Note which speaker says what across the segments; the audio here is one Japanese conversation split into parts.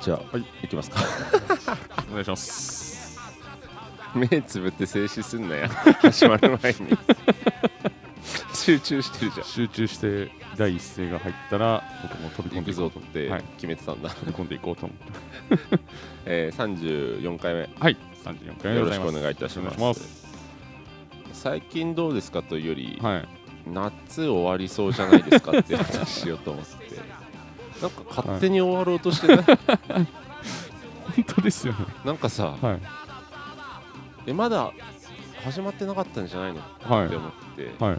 Speaker 1: じゃあ、はい、いきますか
Speaker 2: お願いします
Speaker 1: 目つぶって静止すんなよ始まる前に集中してるじゃん
Speaker 2: 集中して第一声が入ったら僕も飛び込
Speaker 1: 行
Speaker 2: んで
Speaker 1: く
Speaker 2: いこ
Speaker 1: ぞ
Speaker 2: う
Speaker 1: っ
Speaker 2: と思
Speaker 1: て
Speaker 2: はい
Speaker 1: 決めてたんだ、
Speaker 2: 飛び込んでいこうと思って
Speaker 1: えー、34回目
Speaker 2: はい34回目でございます
Speaker 1: よろしくお願いいたします
Speaker 2: お願いします
Speaker 1: 最近どうですかというより、
Speaker 2: はい
Speaker 1: 夏終わりそうじゃないですかって話しようと思ってて なんか勝手に終わろうとしてない、
Speaker 2: 本当ですよね
Speaker 1: なんかさ、
Speaker 2: はい
Speaker 1: えまだ始まってなかったんじゃないのっ
Speaker 2: はい
Speaker 1: て思って、
Speaker 2: はい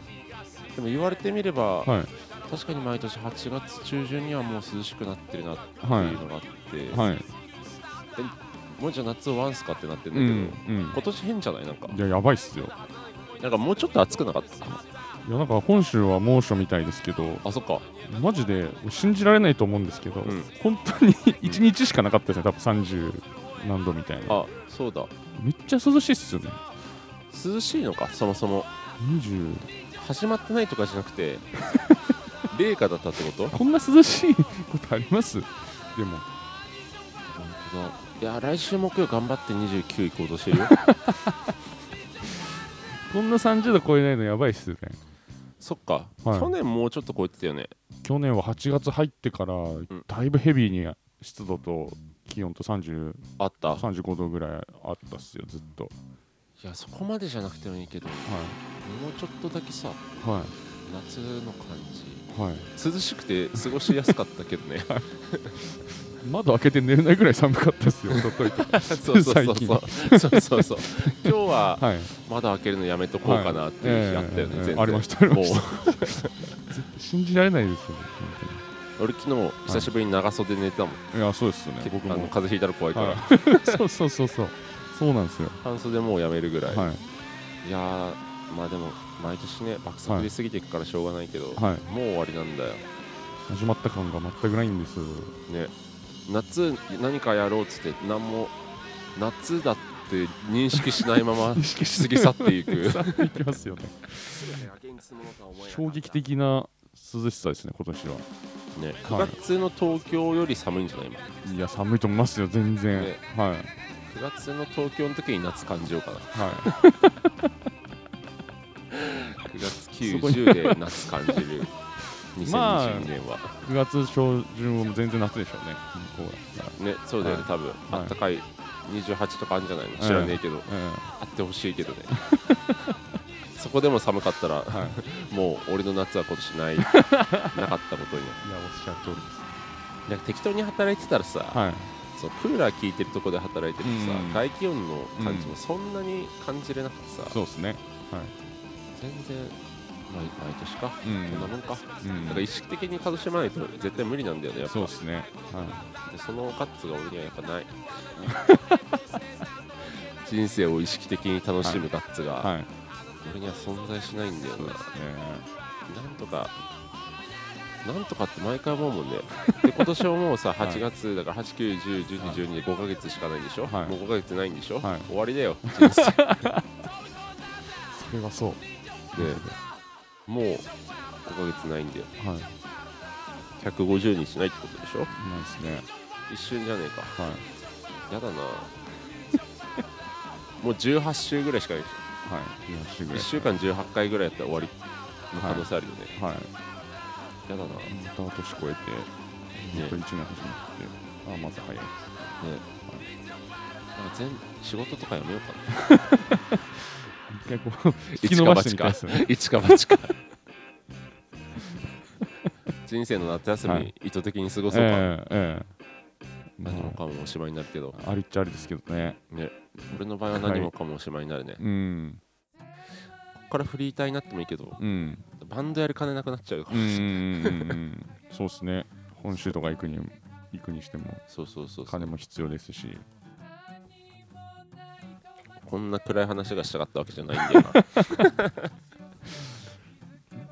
Speaker 1: でも言われてみれば、
Speaker 2: はい
Speaker 1: 確かに毎年8月中旬にはもう涼しくなってるなって
Speaker 2: はい
Speaker 1: いうのがあって、
Speaker 2: はい
Speaker 1: もうじゃあ夏終わんすかってなってるん
Speaker 2: う
Speaker 1: だ
Speaker 2: ん
Speaker 1: け
Speaker 2: う
Speaker 1: ど、
Speaker 2: ん
Speaker 1: 今年変じゃないなんか
Speaker 2: いややばいっすよ
Speaker 1: なんかもうちょっと暑くなかった
Speaker 2: いやなんか本州は猛暑みたいですけど
Speaker 1: あそっか
Speaker 2: マジで信じられないと思うんですけど、
Speaker 1: うん
Speaker 2: 本当に 1日しかなかったですね多分30何度みたいな
Speaker 1: あそうだ
Speaker 2: めっちゃ涼しいっすよね
Speaker 1: 涼しいのかそもそも
Speaker 2: 20
Speaker 1: 始まってないとかじゃなくて冷夏だったってこと
Speaker 2: こんな涼しいことありますでも
Speaker 1: いや来週木曜頑張って29行こうとしてるよ
Speaker 2: こんな30度超えないのやばいっすよね
Speaker 1: そっか、
Speaker 2: はい
Speaker 1: 去年もうちょっと超えてたよね
Speaker 2: 去年は8月入ってからだいぶヘビーに湿度と気温と30
Speaker 1: あったい
Speaker 2: 35度ぐらいあったっすよずっとは
Speaker 1: やそこまでじゃなくてもいいけどもうちょっとだけさ
Speaker 2: いは
Speaker 1: 夏の感じ
Speaker 2: いはい
Speaker 1: 涼しくて過ごしやすかったけどね
Speaker 2: 窓開けて寝れないぐらい寒かったっ すよ一昨日と か
Speaker 1: そうそうそうそうそうそうそう今日は
Speaker 2: はい
Speaker 1: 窓開けるのやめとこうかなっていう日あったよね、
Speaker 2: えええええ
Speaker 1: 全
Speaker 2: え
Speaker 1: 然
Speaker 2: ありましたありまし
Speaker 1: も
Speaker 2: た信じられないですよね
Speaker 1: う俺昨日久しぶりに長袖寝てたもん、
Speaker 2: いやそうですよね
Speaker 1: 結
Speaker 2: 僕
Speaker 1: 構あ
Speaker 2: も
Speaker 1: の風邪ひいたら怖いから、
Speaker 2: はい そうそうそうそうそうなんですよ
Speaker 1: 半袖もうやめるぐらい、
Speaker 2: はい
Speaker 1: い、やーまあでも毎年ね爆速で過ぎていくからしょうがないけど、
Speaker 2: はい
Speaker 1: もう終わりなんだよ
Speaker 2: 始まった感が全くないんです
Speaker 1: ね夏何かやろうっつって何も夏だって認識しないまま過
Speaker 2: 意識し
Speaker 1: ぎ去っていく
Speaker 2: 去っていきますよね衝撃的な涼しさですね今年は
Speaker 1: ね9月の東京より寒いんじゃない今
Speaker 2: いや寒いと思いますよ全然、
Speaker 1: ね
Speaker 2: はい
Speaker 1: 9月の東京の時に夏感じようかな
Speaker 2: は
Speaker 1: 9月
Speaker 2: そこに
Speaker 1: 90で夏感じる
Speaker 2: まあ
Speaker 1: 2022年は、
Speaker 2: い9月初旬は全然夏でしょうね向こうだったら
Speaker 1: ねそうだよね、
Speaker 2: は
Speaker 1: 多分、あったかい28とかあるんじゃないの知らねえけど、あってほしいけ どねそこでも寒かったら
Speaker 2: うんはい、いや
Speaker 1: もう俺の夏は今年ないなかったことになる
Speaker 2: おっしゃる通りです
Speaker 1: いや適当に働いてたらさ、
Speaker 2: はい
Speaker 1: そうクーラー効いてるとこで働いてるとさ、
Speaker 2: うん
Speaker 1: 外気温の感じもそんなに感じれなくてさ、
Speaker 2: そうですねはい
Speaker 1: 全然、まあ、毎年か、
Speaker 2: うん
Speaker 1: こんなもんか、
Speaker 2: うん
Speaker 1: だから意識的に楽しまないと絶対無理なんだよねやっぱ
Speaker 2: そうですね、は
Speaker 1: でそのカッツが俺にはやっぱない 人生を意識的に楽しむガッツ
Speaker 2: い
Speaker 1: が
Speaker 2: はい、
Speaker 1: 俺には存在しないんだよ
Speaker 2: そう
Speaker 1: な、
Speaker 2: ですね
Speaker 1: なんとかなんとかって毎回思うもんねで今年はもうさ
Speaker 2: はい
Speaker 1: 8月だから
Speaker 2: はい
Speaker 1: 8910112で5ヶ月しかないんでしょ、
Speaker 2: はい
Speaker 1: もう5ヶ月ないんでしょ、
Speaker 2: はい
Speaker 1: 終わりだよ 人生ね
Speaker 2: それはそう、
Speaker 1: もう5ヶ月ないんだよ
Speaker 2: はい、
Speaker 1: 150日ないってことでしょ
Speaker 2: ないですね、
Speaker 1: 一瞬じゃねえか
Speaker 2: はい、
Speaker 1: やだな もう18週ぐらいしかないでしょ
Speaker 2: はい、いやしてくれ
Speaker 1: 1週間18回ぐらいやったら終わりの可能性あるよね、
Speaker 2: はい、
Speaker 1: やだな、ね、
Speaker 2: また年越えて、ずっと1年始まって、あ、また早いで
Speaker 1: なんか全仕事とかやめようかな
Speaker 2: す。一回こう、 引き延ばしてみたいですよね。
Speaker 1: 一か八か 人生の夏休み、
Speaker 2: はい
Speaker 1: 意図的に過ごそうかな、
Speaker 2: ええええ
Speaker 1: 何もかもおしまいになるけど、
Speaker 2: ありっちゃありですけどね。
Speaker 1: ね、俺の場合は何もかもおしまいになるね、
Speaker 2: うん、
Speaker 1: ここからフリーターになってもいいけど
Speaker 2: うん、
Speaker 1: バンドやる金なくなっちゃうか
Speaker 2: うん、う
Speaker 1: ら、
Speaker 2: んうん、そうですね。本州とか行くに、行くにしても、
Speaker 1: そうそうそうそう
Speaker 2: 金も必要ですし、
Speaker 1: こんな暗い話がしたかったわけじゃないんだよな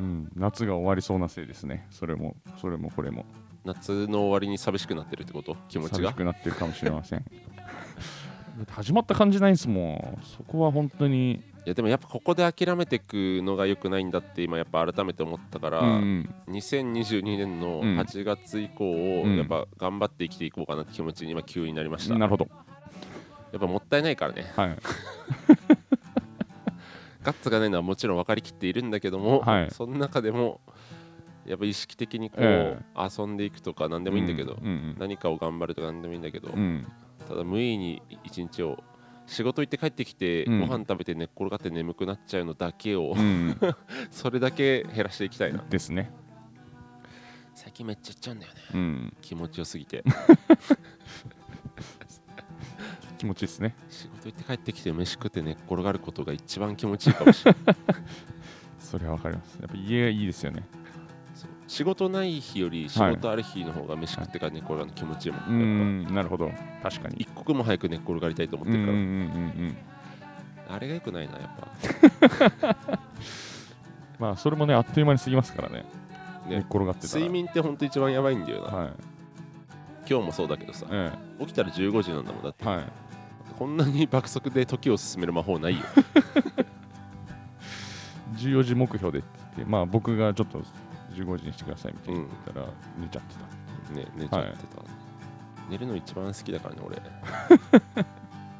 Speaker 2: うん、夏が終わりそうなせいですね。それも、それもこれも。
Speaker 1: 夏の終わりに寂しくなってるってこと気持ち
Speaker 2: 寂
Speaker 1: が
Speaker 2: しくなってるかもしれません。だって始まった感じないんですもんそこは本当に
Speaker 1: いやでもやっぱここで諦めていくのが良くないんだって今やっぱ改めて思ったから、
Speaker 2: うん
Speaker 1: 2022年の
Speaker 2: うん
Speaker 1: 8月以降を
Speaker 2: うん
Speaker 1: やっぱ頑張って生きていこうかなって気持ちに今急になりました、
Speaker 2: な
Speaker 1: や
Speaker 2: るほど
Speaker 1: っぱもったいないからね
Speaker 2: はい
Speaker 1: ガッツがないのはもちろん分かりきっているんだけども、
Speaker 2: はい
Speaker 1: その中でもやっぱ意識的にこう、
Speaker 2: え
Speaker 1: 遊んでいくとか何でもいいんだけど、
Speaker 2: うん
Speaker 1: 何かを頑張るとか何でもいいんだけど、
Speaker 2: うんうん
Speaker 1: ただ無意に一日を仕事行って帰ってきて、
Speaker 2: うん
Speaker 1: ご飯食べて寝っ転がって眠くなっちゃうのだけを、
Speaker 2: うん
Speaker 1: それだけ減らしていきたいな
Speaker 2: ですね
Speaker 1: 最近めっちゃ言っちゃうんだよね
Speaker 2: うん
Speaker 1: 気持ちよすぎて
Speaker 2: 気持ちいいですね
Speaker 1: 仕事行って帰ってきて飯食って寝っ転がることが一番気持ちいいかも しれない
Speaker 2: それはわかりますやっぱ家がいいですよね
Speaker 1: そう仕事ない日より仕事ある日の方が飯食ってから寝っ転がるの気持ちいいも、
Speaker 2: うん
Speaker 1: やっ
Speaker 2: んなるほど確か
Speaker 1: ぱ
Speaker 2: に
Speaker 1: 一刻も早く寝っ転がりたいと思
Speaker 2: う
Speaker 1: っ
Speaker 2: ん
Speaker 1: て
Speaker 2: うん
Speaker 1: る
Speaker 2: うん
Speaker 1: か
Speaker 2: う
Speaker 1: ら、
Speaker 2: ん
Speaker 1: あれがよくないなやっ
Speaker 2: まあそれもねあっという間に過ぎますからね
Speaker 1: ぱ、
Speaker 2: 寝っ
Speaker 1: ね、
Speaker 2: 転がってたら
Speaker 1: 睡眠ってほんと一番やばいんだよな、
Speaker 2: はい
Speaker 1: 今日もそうだけどさ
Speaker 2: え
Speaker 1: 起きたら15時なんだもんだって
Speaker 2: えはい
Speaker 1: こんなに爆速で時を進める魔法ないよ
Speaker 2: 14時目標でって言ってまあ僕がちょっと15時にしてくださいみたいな言ったら寝ちゃってた
Speaker 1: ね寝ちゃってた、寝るの一番好きだからね俺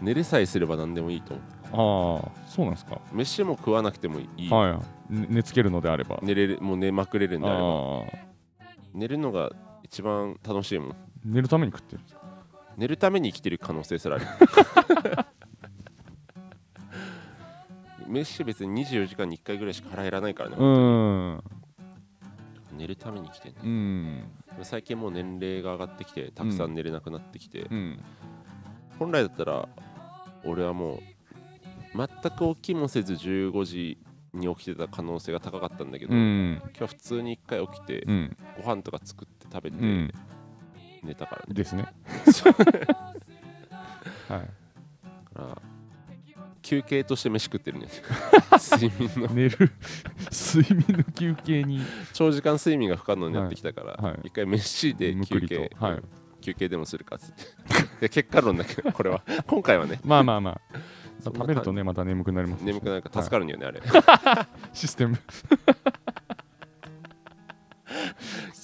Speaker 1: 寝れさえすれば何でもいいと思う
Speaker 2: ああそうなんですか
Speaker 1: 飯も食わなくてもいい、
Speaker 2: はいね寝つけるのであれば
Speaker 1: 寝れるもう寝まくれるんであれば
Speaker 2: ああ
Speaker 1: 寝るのが一番楽しいもん
Speaker 2: 寝るために食ってるんですか
Speaker 1: 寝るために生きてる可能性す らある飯別に24時間に1回ぐらいしか腹減らないからね、
Speaker 2: うん
Speaker 1: 寝るために生きてる、
Speaker 2: うん
Speaker 1: 最近もう年齢が上がってきてたくさん寝れなくなってきて、
Speaker 2: うん
Speaker 1: 本来だったら俺はもう全く起きもせず15時に起きてた可能性が高かったんだけど、
Speaker 2: う
Speaker 1: 今
Speaker 2: ん
Speaker 1: 日は普通に1回起きて
Speaker 2: うん
Speaker 1: ご飯とか作って食べ
Speaker 2: う
Speaker 1: て
Speaker 2: ん
Speaker 1: 寝たからね、
Speaker 2: で すねはい
Speaker 1: だから休憩として飯食ってる ね睡眠の
Speaker 2: 寝る 睡眠の休憩に
Speaker 1: 長時間睡眠が不可能になってきたから、
Speaker 2: はいはい
Speaker 1: 一回飯で
Speaker 2: むく
Speaker 1: 休
Speaker 2: りと
Speaker 1: 憩、
Speaker 2: はい
Speaker 1: 休憩でもするかっつって で結果論だけどこれは今回はね
Speaker 2: まあまあまあ
Speaker 1: そんな
Speaker 2: 食べるとねまた眠くなりますし
Speaker 1: 眠くなるから助かるんだよね、あれ
Speaker 2: はいシステ ム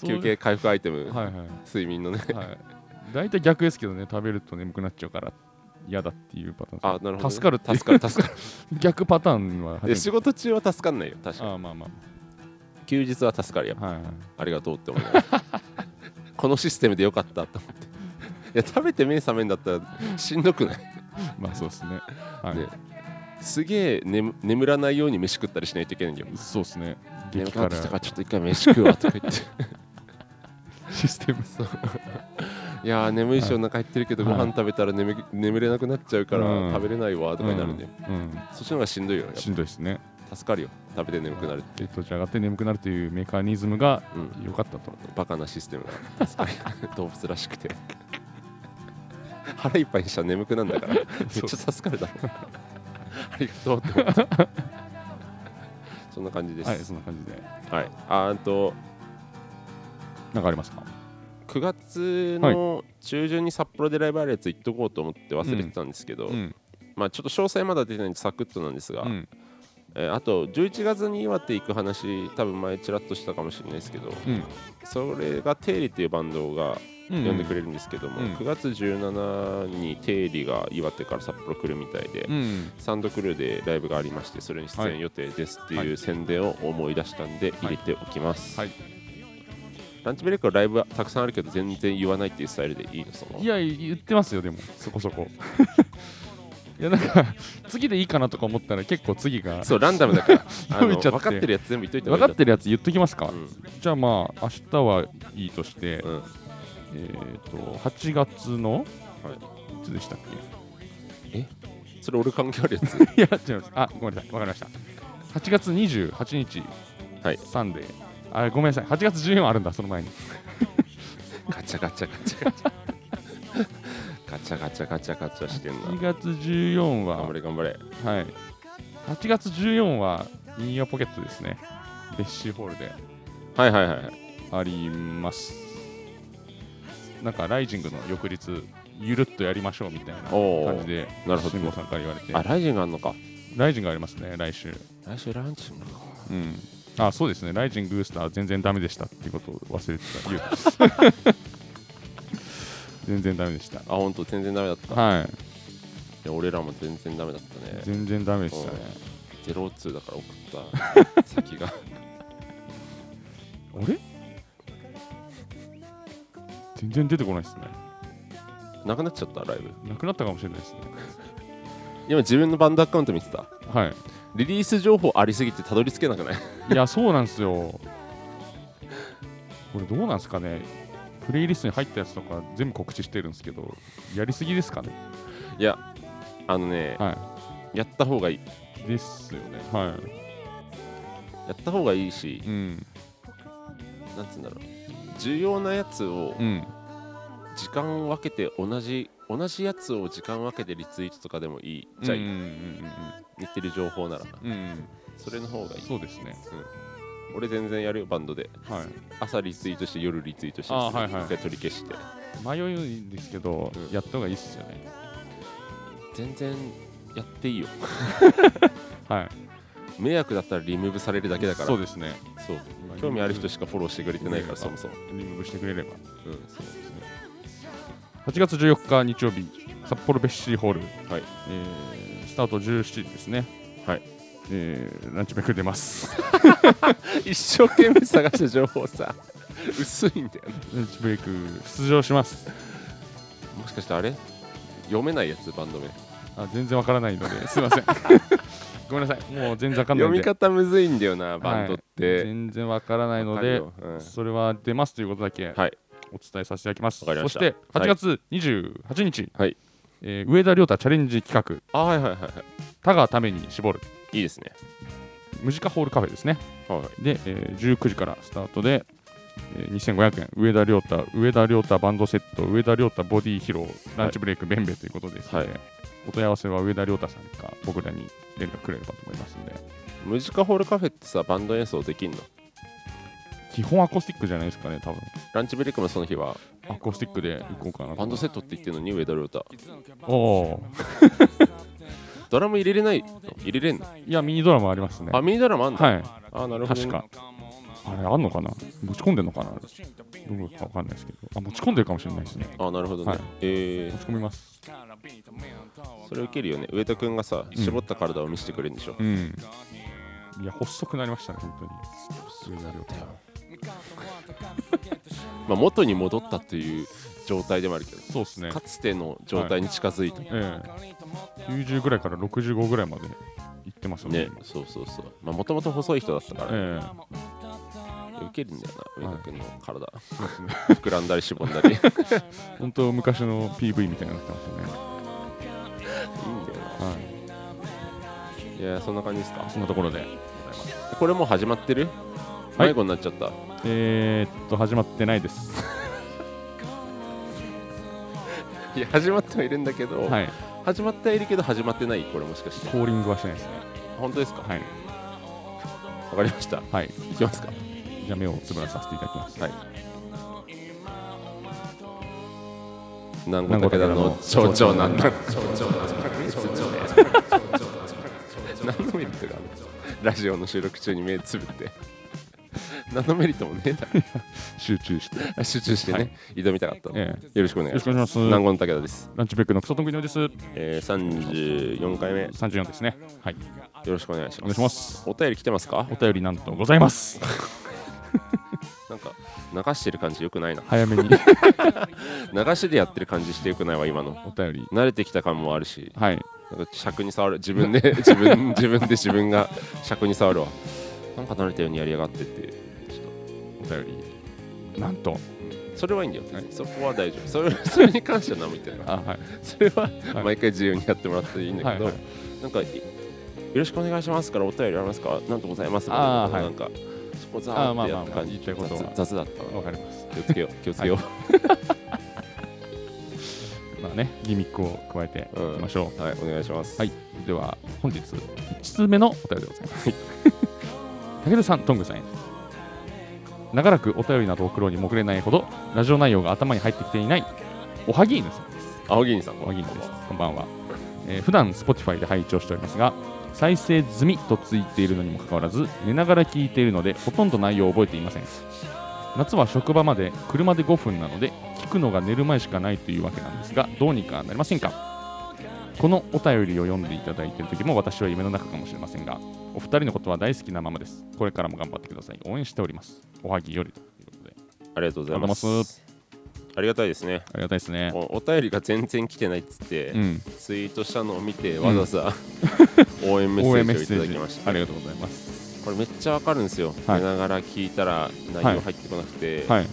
Speaker 1: 休憩回復アイテム、
Speaker 2: はいはい
Speaker 1: 睡眠のね
Speaker 2: はい、大体逆ですけどね食べると眠くなっちゃうから嫌だっていうパターン
Speaker 1: あなるほどね、
Speaker 2: 助かるっていう
Speaker 1: 助かる助かる
Speaker 2: 逆パターンは初
Speaker 1: で
Speaker 2: めて
Speaker 1: 仕事中は助かんないよ確かに
Speaker 2: あまあま
Speaker 1: 休日は助かるやっぱ
Speaker 2: あ、はいはい、
Speaker 1: ありがとうって思う このシステムでよかったと思っていや食べて目覚めんだったらしんどくない、
Speaker 2: まあそうですね,、はい、
Speaker 1: ねすげえ眠眠らないように飯食ったりしないといけないんだよ
Speaker 2: そうですね
Speaker 1: 眠
Speaker 2: 激
Speaker 1: くな
Speaker 2: 辛
Speaker 1: ってきたからちょっと一回飯食うわとか言って
Speaker 2: システム
Speaker 1: いやー眠いしお腹減ってるけどご
Speaker 2: は
Speaker 1: 飯
Speaker 2: い
Speaker 1: 食べたら眠眠れなくなっちゃうから
Speaker 2: うん
Speaker 1: 食べれないわとかになるんだよ、
Speaker 2: うん
Speaker 1: そっちの方がしんどいよね
Speaker 2: うん、しんどいですね
Speaker 1: 助かるよ食べて眠くなるって、
Speaker 2: 血糖値上がって眠くなるというメカニズムが
Speaker 1: うん、
Speaker 2: 良かったと
Speaker 1: バカなシステムが助か る動物らしくて腹いっぱいにしたら眠くなんだ からめっちゃ助かるだろ ありがとうって思った そんな感じで
Speaker 2: はい
Speaker 1: す
Speaker 2: そんな感じで
Speaker 1: はい、あーんと
Speaker 2: なんかありますか
Speaker 1: 9月の中旬に札幌でライブあるやつ行っとこうと思って忘れてたんですけど、
Speaker 2: ん、
Speaker 1: まあちょっと詳細まだ出てないんでサクッとなんですが、
Speaker 2: うん
Speaker 1: えーあと11月に岩手行く話多分前ちらっとしたかもしれないですけど
Speaker 2: うん
Speaker 1: それがテイリっていうバンドが
Speaker 2: うん、
Speaker 1: 呼んでくれるんですけども、
Speaker 2: うん
Speaker 1: 9月17に定理が岩手から札幌来るみたいで、
Speaker 2: うん
Speaker 1: サンドクルーでライブがありましてそれに出演予定ですっていう宣伝を思い出したんで入れておきます、
Speaker 2: はい
Speaker 1: ランチブレイクはライブはたくさんあるけど全然言わないっていうスタイルでいいのその
Speaker 2: いや言ってますよでもそこそこ いやなんか次でいいかなとか思ったら結構次が
Speaker 1: そうランダムだからあ
Speaker 2: 伸
Speaker 1: の
Speaker 2: びちゃって
Speaker 1: 分かってるやつ全部言っといて
Speaker 2: 分かってるやつ言っときますか、
Speaker 1: うん
Speaker 2: じゃあまあ明日はいいとして、
Speaker 1: うん、
Speaker 2: えー、と8月の
Speaker 1: はい
Speaker 2: いつでしたっ
Speaker 1: それ俺関係あるやつ
Speaker 2: け いや違いますあごめんなさい分かりました8月28日、
Speaker 1: はい
Speaker 2: サンデーあごめんなさい8月14あるんだその前に
Speaker 1: ガチャガチャガチャガチャガチャガチャガチャガチャしてんな
Speaker 2: 8月14は、
Speaker 1: 頑張れ頑張れ
Speaker 2: はい、8月14はインヤポケットですねベッシーホールで
Speaker 1: はいはいはいはい
Speaker 2: ありますなんかライジングの翌日ゆるっとやりましょうみたいな
Speaker 1: おー
Speaker 2: 感じで
Speaker 1: なるほど
Speaker 2: 慎吾さんから言われて
Speaker 1: あライジンがあんのか
Speaker 2: ライジングありますね来週
Speaker 1: 来週ランチなのか
Speaker 2: うんあそうですねライジングスター全然ダメでしたっていうことを忘れてた言う 全然ダメでした
Speaker 1: あ本当全然ダメだったい
Speaker 2: は
Speaker 1: や俺らも全然ダメだった
Speaker 2: い
Speaker 1: ね
Speaker 2: 全然ダメでしたね
Speaker 1: ゼロツーだから送 った先が
Speaker 2: あれ全然出てこないですね
Speaker 1: なくなっちゃったライブ
Speaker 2: なくなったかもしれないですね
Speaker 1: 今自分のバンドアカウント見てた
Speaker 2: はい
Speaker 1: リリース情報ありすぎてたどり着けなく ない
Speaker 2: いや、そうなんですよ。これどうなんですかね。プレイリストに入ったやつとか全部告知してるんですけど、やりすぎですかね。
Speaker 1: いやあのね
Speaker 2: は
Speaker 1: やった方がいい
Speaker 2: い。ですよね。は
Speaker 1: やった方がいいし
Speaker 2: い。うん。
Speaker 1: なんつうんだろう重要なやつを
Speaker 2: うん。
Speaker 1: 時間を分けて同じ同じやつを時間分けてリツイートとかでもいいじゃあ
Speaker 2: うん
Speaker 1: いい、
Speaker 2: うん
Speaker 1: 似てる情報なら
Speaker 2: うんうんうん。
Speaker 1: それの方がいい
Speaker 2: そうですね。
Speaker 1: 俺全然やるよバンドで
Speaker 2: はい。
Speaker 1: 朝リツイートして夜リツイートして
Speaker 2: あーはいはい
Speaker 1: 一回取り消して
Speaker 2: 迷うんですけど、
Speaker 1: うん
Speaker 2: やった方がいいっすよね。
Speaker 1: 全然やっていいよ
Speaker 2: はい。
Speaker 1: 迷惑だったらリムーブされるだけだから
Speaker 2: そうですね。
Speaker 1: そう興味ある人しかフォローしてくれてないからそもそも、
Speaker 2: リムーブしてくれれば。
Speaker 1: うん、そうですね
Speaker 2: 8月14日日曜日、札幌ベッシーホール、
Speaker 1: はい
Speaker 2: えースタート17時ですね。
Speaker 1: はい。
Speaker 2: えーランチめくれてます。
Speaker 1: 一生懸命探した情報さ薄いんだよね
Speaker 2: ランチブレイク出場します
Speaker 1: もしかしてあれ読めないやつバンド名
Speaker 2: あ全然わからないのですい ませんごめんなさいもう全然わかんな
Speaker 1: 読
Speaker 2: いんで
Speaker 1: み方むずいんだよな
Speaker 2: はい
Speaker 1: バンドって、
Speaker 2: 全然わからないの
Speaker 1: わかる
Speaker 2: で
Speaker 1: ようん
Speaker 2: それは出ますということだけ
Speaker 1: はい
Speaker 2: お伝えさせていただきます、
Speaker 1: わかりました
Speaker 2: そして8月28日、
Speaker 1: はい
Speaker 2: えー上田亮太チャレンジ企
Speaker 1: あはいはいはいは
Speaker 2: 画「他がために絞る
Speaker 1: いいいですね」
Speaker 2: ムジカホールカフェですね
Speaker 1: はい
Speaker 2: で、えー19時からスタートで、えー2500円上田亮太上田亮太バンドセット上田亮太ボディーヒローランチブレイクべんべということですので、
Speaker 1: は
Speaker 2: お問い合わせは上田亮太さんか僕らに連絡くれればと思いますので
Speaker 1: ムジカホールカフェってさバンド演奏できんの
Speaker 2: 基本アコースティックじゃないですかね多分
Speaker 1: ランチブレイクもその日は
Speaker 2: アコースティックで行こうかな
Speaker 1: バンドセットって言ってるのに上田亮太
Speaker 2: おお
Speaker 1: ドラム入れれないの入れれんの
Speaker 2: ーいやミニドラマありますね
Speaker 1: あミニドラマあんの、
Speaker 2: はい
Speaker 1: あなるほど、ね、
Speaker 2: 確かあれあんのかな持ち込んでんのかなどうかわかんないですけどあ持ち込んでるかもしれないですね
Speaker 1: あなるほどね、
Speaker 2: はい
Speaker 1: え
Speaker 2: 持ち込みます
Speaker 1: ー、それ受けるよね上田くんがさ
Speaker 2: ん
Speaker 1: 絞った体を見せてくれるんでしょ、
Speaker 2: うんいや細くなりましたね本当に
Speaker 1: まあ、元に戻ったっていう状態でもあるけど
Speaker 2: そうですね
Speaker 1: かつての状態に近づいた、
Speaker 2: ええ、90ぐらいから65ぐらいまで行ってますよね
Speaker 1: ね。そうそうそうまあもともと細い人だったから、
Speaker 2: ええ
Speaker 1: 受けるんだよな上田くんの体、
Speaker 2: そうですね。
Speaker 1: 膨らんだりしぼんだりいいんだよ
Speaker 2: 本当昔の PV みたいになってますよね。はい。
Speaker 1: ないやそんな感じですか
Speaker 2: そんなところで、
Speaker 1: これもう始まってる、
Speaker 2: はい
Speaker 1: 迷子になっちゃった
Speaker 2: えー、っと始まってないです。
Speaker 1: いや始まってはいるんだけど、
Speaker 2: はい。
Speaker 1: 始まってはいるけど始まってないこれもしかして
Speaker 2: コーリングはしてないですね。
Speaker 1: 本当ですかわ、
Speaker 2: はい。
Speaker 1: かりました
Speaker 2: はい。
Speaker 1: いきますか
Speaker 2: じゃあ目をつぶらさせていただきます。
Speaker 1: はい南郷武田の象徴なんだ何のメリットがあるラジオの収録中に目つぶって何のメリットもねえだ
Speaker 2: 集中して。よ
Speaker 1: ろ集中してね、
Speaker 2: はい
Speaker 1: 挑みたかった、
Speaker 2: ええ
Speaker 1: よろしくお願い
Speaker 2: ろし
Speaker 1: し
Speaker 2: くお
Speaker 1: ます
Speaker 2: 願いし
Speaker 1: 南
Speaker 2: ます。
Speaker 1: 郷の武田です、
Speaker 2: ランチベックのクソトングニョです。
Speaker 1: えー、34回目よ
Speaker 2: 34ですね。はい。
Speaker 1: ろしくお願いしま
Speaker 2: お願
Speaker 1: す
Speaker 2: いします。
Speaker 1: お便り来てますか
Speaker 2: お便りなんとございます。
Speaker 1: なんか流してる感じよくないな
Speaker 2: 早め に
Speaker 1: 流しでやってる感じしてよくないわ今の
Speaker 2: お便り。
Speaker 1: 慣れてきた感もあるし
Speaker 2: はい。
Speaker 1: なんか尺に触る自分で 自分自分で自分が尺に触るわなんか慣れたようにやりやがってっていうちょっ
Speaker 2: お便り。なんと。
Speaker 1: とそれはいいんだよ、
Speaker 2: はい
Speaker 1: そこは大丈夫それそれに関しては何も言ってない
Speaker 2: あはい。
Speaker 1: それは
Speaker 2: はい
Speaker 1: 毎回自由にやってもらっていいんだけど、
Speaker 2: はいは
Speaker 1: なんかいよろしくお願いしますからお便りありますかなんとございます
Speaker 2: あー
Speaker 1: みたいなな
Speaker 2: は
Speaker 1: んかそこざ
Speaker 2: あー
Speaker 1: ー
Speaker 2: ま
Speaker 1: っ
Speaker 2: あ
Speaker 1: て
Speaker 2: まあ
Speaker 1: やっ
Speaker 2: ま
Speaker 1: た
Speaker 2: あ
Speaker 1: 感
Speaker 2: 言
Speaker 1: じ
Speaker 2: いたいことは
Speaker 1: 雑雑だった
Speaker 2: わ
Speaker 1: わ
Speaker 2: かります。
Speaker 1: 気をつけよう気をつけよう、
Speaker 2: まあね、ギミックを加えていきましょう。
Speaker 1: はい、お願いします。
Speaker 2: はい、では本日1通目のお便りでございます。 武田さん、トングさんへ。長らくお便りなどを送ろうにもくれないほどラジオ内容が頭に入ってきていないおはぎ犬さんです
Speaker 1: 青銀さん
Speaker 2: おはぎ犬ですこんばんは、えー普段 Spotify で拝聴しておりますが再生済みとついているのにもかかわらず寝ながら聞いているのでほとんど内容を覚えていません夏は職場まで車で5分なので聞くのが寝る前しかないというわけなんですがどうにかなりませんかこのお便りを読んでいただいている時も私は夢の中かもしれませんがお二人のことは大好きなままですこれからも頑張ってください応援しておりますおはぎよりということで
Speaker 1: ありがとうございます
Speaker 2: ありがとうございま
Speaker 1: ありがたいですね
Speaker 2: ありがたいですね
Speaker 1: おお便りが全然来てないっつって、
Speaker 2: うん
Speaker 1: ツイートしたのを見てわざわざ、 応援メ
Speaker 2: 応援メ
Speaker 1: ッ
Speaker 2: ッ
Speaker 1: セ
Speaker 2: セ
Speaker 1: ージを
Speaker 2: ー
Speaker 1: いただきまし
Speaker 2: ジ
Speaker 1: た
Speaker 2: ありがとうございます
Speaker 1: これめっちゃわかるんですよ、
Speaker 2: はい
Speaker 1: 寝ながら聞いたら内容入ってこなくて、
Speaker 2: はい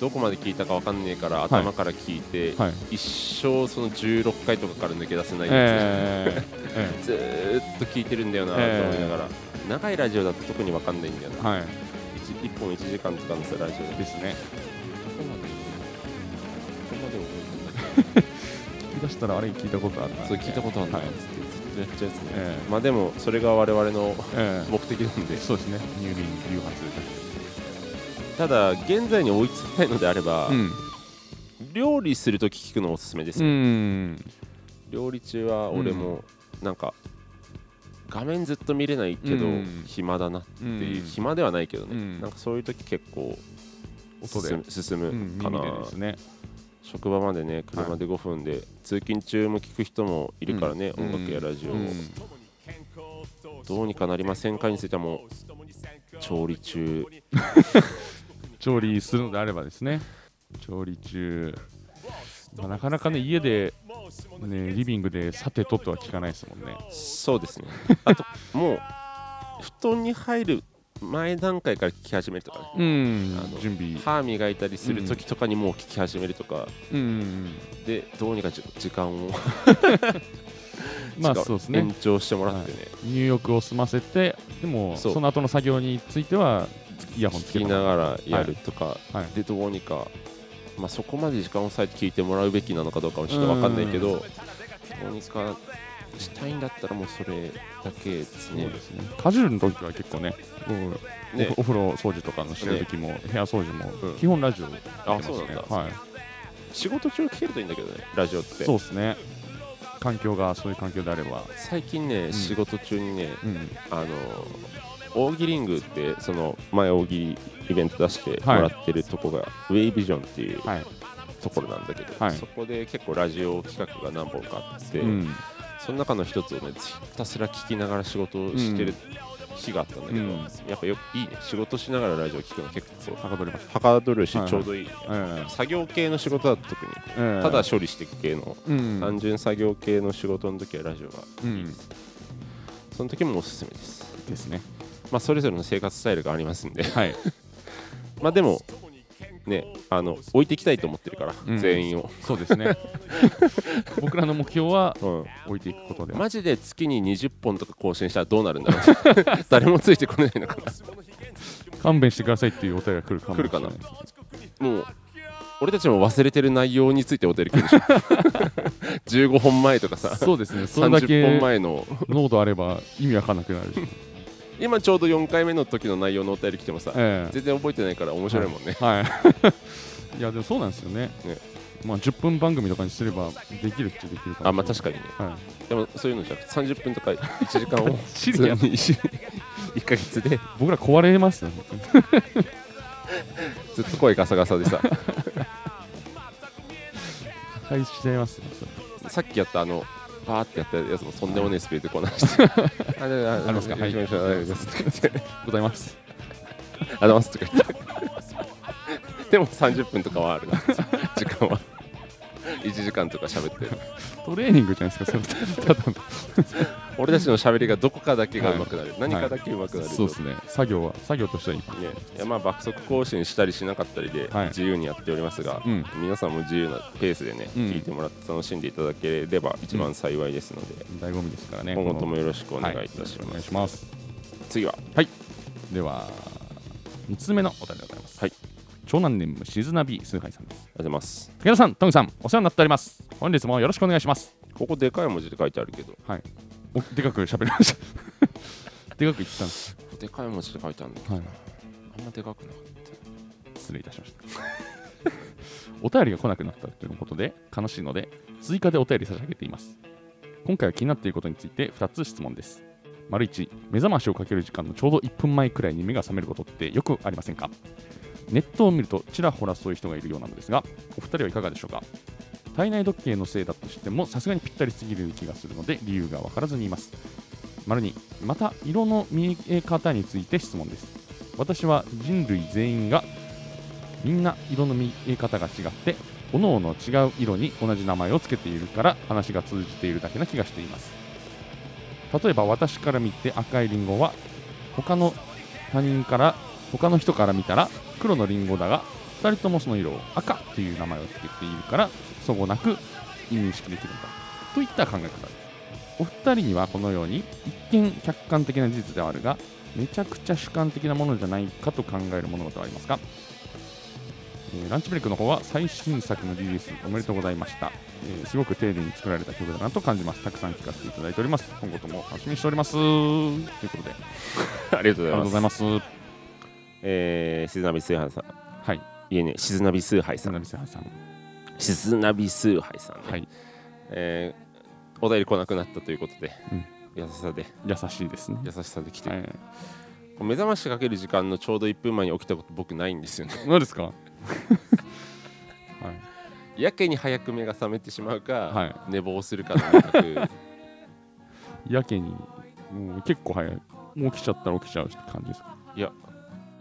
Speaker 1: どこまで聞いたかわかんねえから頭から聞いて、
Speaker 2: はい
Speaker 1: 一生その16回とかから抜け出せないや
Speaker 2: えー
Speaker 1: つ、
Speaker 2: え
Speaker 1: ずーっと聞いてるんだよなと思いながら、長いラジオだと特にわかんないんだよ
Speaker 2: ー
Speaker 1: な、
Speaker 2: はい
Speaker 1: 一一本1時間とかのさラジオ
Speaker 2: で
Speaker 1: です
Speaker 2: ね聞き出したらあれ聞いたことあるな
Speaker 1: そう聞いたことあるなっ
Speaker 2: は
Speaker 1: つってずっ
Speaker 2: い
Speaker 1: とやっちゃうやつね、
Speaker 2: え
Speaker 1: まあでもそれが我々の
Speaker 2: ーえー
Speaker 1: 目的なんで
Speaker 2: そうですね入眠誘発
Speaker 1: ただ現在に追いつきたいのであれば、
Speaker 2: うん
Speaker 1: 料理するとき聞くのおすすめです、
Speaker 2: うん
Speaker 1: 料理中は俺もなんか画面ずっと見れないけど
Speaker 2: うん
Speaker 1: 暇だなっていう、
Speaker 2: うん
Speaker 1: 暇ではないけどね、
Speaker 2: うん
Speaker 1: なんかそういう時結構
Speaker 2: 音で
Speaker 1: 進む進
Speaker 2: うん
Speaker 1: むかな、
Speaker 2: 耳でですね
Speaker 1: 職場までね車で5分で、通勤中も聞く人もいるからね、
Speaker 2: うん
Speaker 1: 音楽やラジオを、
Speaker 2: うん
Speaker 1: どうにかなりませんかについてはもう調理中
Speaker 2: 調理するのであればですね調理中、まあなかなかね家でねリビングでさてととは聞かないですもんね
Speaker 1: そう ですねあともう布団に入る前段階から聞き始めるとかね
Speaker 2: うん
Speaker 1: あの
Speaker 2: 準備
Speaker 1: 歯磨いたりする時とかにもう聞き始めるとか、
Speaker 2: うん
Speaker 1: でどうにかじ時間を
Speaker 2: ま
Speaker 1: 時
Speaker 2: あ
Speaker 1: 間を
Speaker 2: そうです
Speaker 1: 延
Speaker 2: ね
Speaker 1: 長してもらってね、
Speaker 2: 入浴を済ませてでも
Speaker 1: そう
Speaker 2: その後の作業についてはイヤホンつ
Speaker 1: 聞
Speaker 2: け
Speaker 1: き
Speaker 2: て
Speaker 1: ながらやるとか、
Speaker 2: はい
Speaker 1: でどうにか、まあ、そこまで時間を割いて聞いてもらうべきなのかどうかはちょっと分かんないけど
Speaker 2: うん
Speaker 1: どうにかしたいんだったらもうそれだけです
Speaker 2: そ
Speaker 1: ね
Speaker 2: うですねカジュアルの時は結構ねもう
Speaker 1: ね
Speaker 2: おお風呂掃除とかのしてる時も、部屋掃除も、
Speaker 1: うん
Speaker 2: 基本ラジオやって
Speaker 1: あ
Speaker 2: ます
Speaker 1: そうなん
Speaker 2: ね
Speaker 1: だ、
Speaker 2: はい
Speaker 1: 仕事中聞けるといいんだけどねラジオって
Speaker 2: そうですね環境がそういう環境であれば
Speaker 1: 最近ね、
Speaker 2: ん
Speaker 1: 仕事中にね
Speaker 2: うん
Speaker 1: あの大喜リングってその前大喜利イベント出してもらってるとこが、ウェイビジョンっていう
Speaker 2: はい
Speaker 1: ところなんだけど、
Speaker 2: はい
Speaker 1: そこで結構ラジオ企画が何本かあって、
Speaker 2: うん
Speaker 1: その中の一つをねひたすら聞きながら仕事をしてる日があったんだけど、
Speaker 2: うん
Speaker 1: やっぱよいいね仕事しながらラジオ聞くの結構
Speaker 2: はかどります
Speaker 1: はかどるし
Speaker 2: はいはい
Speaker 1: ちょうどいいね、
Speaker 2: え
Speaker 1: 作業系の仕事だと特に
Speaker 2: えええ
Speaker 1: ただ処理していく系の
Speaker 2: うん
Speaker 1: 単純作業系の仕事の時はラジオが
Speaker 2: うん
Speaker 1: その時もおすすめです
Speaker 2: ですね
Speaker 1: まあそれぞれの生活スタイルがありますんで
Speaker 2: はい
Speaker 1: まあでもねあの置いていきたいと思ってるから、
Speaker 2: うん
Speaker 1: 全員を、
Speaker 2: そうで すね僕らの目標は
Speaker 1: うん、
Speaker 2: 置いていくことで
Speaker 1: マジで月に20本とか更新したらどうな るんだろう誰もついてこないのかな
Speaker 2: 勘弁してくださいっていうお便りが来るかもしれ
Speaker 1: 来
Speaker 2: な
Speaker 1: る
Speaker 2: い
Speaker 1: かもう俺たちも忘れてる内容についてお便り来るでしょ 15本前とかさ
Speaker 2: そうですねそれだけ
Speaker 1: 30本前の
Speaker 2: 濃度あれば意味わかんなくなるし、
Speaker 1: 今ちょうど4回目の時の内容のお便り来てもさ、
Speaker 2: ええ
Speaker 1: 全然覚えてないから面白いもんね、
Speaker 2: はい。 いや、でもそうなんですよね。
Speaker 1: ね
Speaker 2: まあ、10分番組とかにすれば、できるっちゃできるかも
Speaker 1: あまあ確かにね
Speaker 2: かに。はい。
Speaker 1: でもそういうのじゃなくて30分とか1時間を
Speaker 2: シリアス
Speaker 1: 1ヶ月で
Speaker 2: 僕ら壊れますね。
Speaker 1: ずっと声ガサガサでさ
Speaker 2: 破壊しちゃいますね。それ
Speaker 1: さっきやったあのバーってやったやつもとんでもねえスピードでこなしてあれあ
Speaker 2: ありますか
Speaker 1: よろしくお願いしますとか言って
Speaker 2: ございます。
Speaker 1: あざますとか言ってでも30分とかはあるな時間は1時間とか喋ってる
Speaker 2: トレーニングじゃないですか、それ。ただの
Speaker 1: 俺たちの喋りがどこかだけが上手くなる、 何
Speaker 2: は
Speaker 1: か
Speaker 2: い
Speaker 1: だけ上手くなる、
Speaker 2: そうですね。作業は、作業としてはいい。
Speaker 1: ねいやまあ爆速更新したりしなかったりで
Speaker 2: はい
Speaker 1: 自由にやっておりますが、
Speaker 2: うん
Speaker 1: 皆さんも自由なペースでね、
Speaker 2: うん
Speaker 1: 聞いてもらって楽しんでいただければ一番幸いですので、
Speaker 2: 醍醐味ですからね。
Speaker 1: 今後とも
Speaker 2: こ
Speaker 1: よろしくお
Speaker 2: の
Speaker 1: 願いいたし
Speaker 2: は
Speaker 1: ま
Speaker 2: お
Speaker 1: す、
Speaker 2: 願いします。
Speaker 1: 次は
Speaker 2: では、3つ目のお便りでございます。
Speaker 1: はい。
Speaker 2: 長男ネーム、しずなび崇拝さんで
Speaker 1: ありがとう
Speaker 2: す。
Speaker 1: ございます
Speaker 2: 武田さん、トミさん、お世話になっております。本日もよろしくお願いします。
Speaker 1: ここでかい文字で書いてあるけど
Speaker 2: はい。おでかく喋りました。 でかく言ったんです。
Speaker 1: でかい文字で書いてあるんだけど、
Speaker 2: はい。
Speaker 1: あんまでかくなかった
Speaker 2: 失礼いたしました。 お便りが来なくなったということで悲しいので追加でお便り差し上げています今回は気になっていることについて2つ質問です丸1目覚ましをかける時間のちょうど1分前くらいに目が覚めることってよくありませんかネットを見るとちらほらそういう人がいるようなのですがお二人はいかがでしょうか体内時計のせいだとしてもさすがにぴったりすぎる気がするので理由が分からずにいます丸にまた色の見え方について質問です私は人類全員がみんな色の見え方が違って各々違う色に同じ名前を付けているから話が通じているだけな気がしています例えば私から見て赤いリンゴは他の他人から他の人から見たら黒のリンゴだが2人ともその色を赤という名前を付けているからそごなく認識できるんだといった考え方ですお二人にはこのように一見客観的な事実ではあるがめちゃくちゃ主観的なものじゃないかと考える物事はありますか、えーランチブレイクの方は最新作のリリースおめでとうございました、えーすごく丁寧に作られた曲だなと感じますたくさん聴かせていただいております今後とも楽しみにしておりますということであ
Speaker 1: ありがとう
Speaker 2: り
Speaker 1: ご
Speaker 2: が
Speaker 1: ざいうま
Speaker 2: とご
Speaker 1: す
Speaker 2: ざいます
Speaker 1: えー、静波崇拝さん
Speaker 2: はい
Speaker 1: いえね静波崇拝さん
Speaker 2: ナビさんさん
Speaker 1: 静波崇拝さんね、
Speaker 2: はい
Speaker 1: えーお便り来なくなったということで、
Speaker 2: うん
Speaker 1: 優しさで
Speaker 2: 優しいですね
Speaker 1: 優しさで来て
Speaker 2: は
Speaker 1: る、
Speaker 2: い
Speaker 1: 目覚ましかける時間のちょうど1分前に起きたこと僕ないん ですよね
Speaker 2: 何ですかはい
Speaker 1: やけに早く目が覚めてしまうか、
Speaker 2: はい
Speaker 1: 寝坊するかの二択
Speaker 2: やけにもう結構早いもう起きちゃったら起きちゃうって感じですか
Speaker 1: いや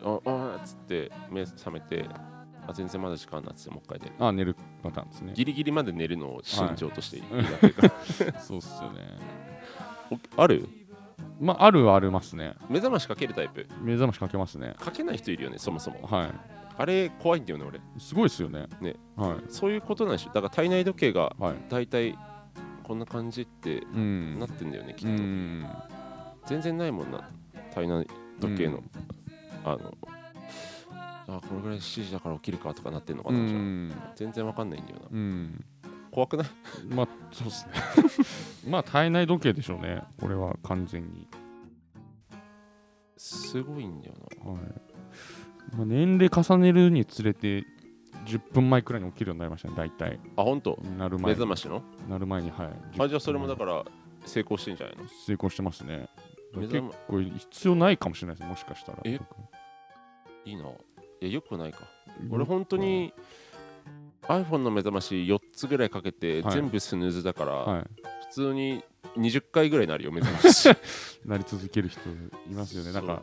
Speaker 1: ああっつって目覚めてあ全然まだ時間あるなっつってもう一回寝る
Speaker 2: あ寝るパターンですね
Speaker 1: ギリギリまで寝るのを信条としていやってるから、
Speaker 2: そうっすよね
Speaker 1: おある
Speaker 2: まああるはありますね
Speaker 1: 目覚ましかけるタイプ
Speaker 2: 目覚ましかけますね
Speaker 1: かけない人いるよねそもそも
Speaker 2: は
Speaker 1: あれ怖いんだよね俺
Speaker 2: いすごいっすよね
Speaker 1: ね
Speaker 2: は
Speaker 1: そういうことなんでしょだから体内時計が
Speaker 2: いはい
Speaker 1: 大体こんな感じって
Speaker 2: うん
Speaker 1: なってんだよねきっ
Speaker 2: う
Speaker 1: と、
Speaker 2: ん
Speaker 1: 全然ないもんな体内時計の、
Speaker 2: うん
Speaker 1: あのあこれぐらい7時だから起きるかとかなってんのか
Speaker 2: う
Speaker 1: な、じゃあ
Speaker 2: ん
Speaker 1: 全然わかんないんだよな
Speaker 2: うん
Speaker 1: 怖くない
Speaker 2: まあそうっす ねまあ体内時計でしょうねこれは完全に
Speaker 1: すごいんだよ
Speaker 2: はい、まあ、年齢重ねるにつれて10分前くらいに起きるようになりましたね大体
Speaker 1: なあ本当
Speaker 2: なる
Speaker 1: 目
Speaker 2: 前に
Speaker 1: 覚ましの
Speaker 2: なる前にはい
Speaker 1: あじゃあそれもだ
Speaker 2: ら
Speaker 1: から成功してんじゃないの
Speaker 2: 成功してますね
Speaker 1: 目
Speaker 2: 結
Speaker 1: 覚ま
Speaker 2: 構必要ないかもしれないですもしかしたら
Speaker 1: えいいないやよくないか俺本当に iPhone の目覚まし4つぐらいかけて
Speaker 2: はい
Speaker 1: 全部スヌーズだから、
Speaker 2: は
Speaker 1: 普通に20回ぐらいなるよ目覚ま し
Speaker 2: いなり続ける人いますよねなんか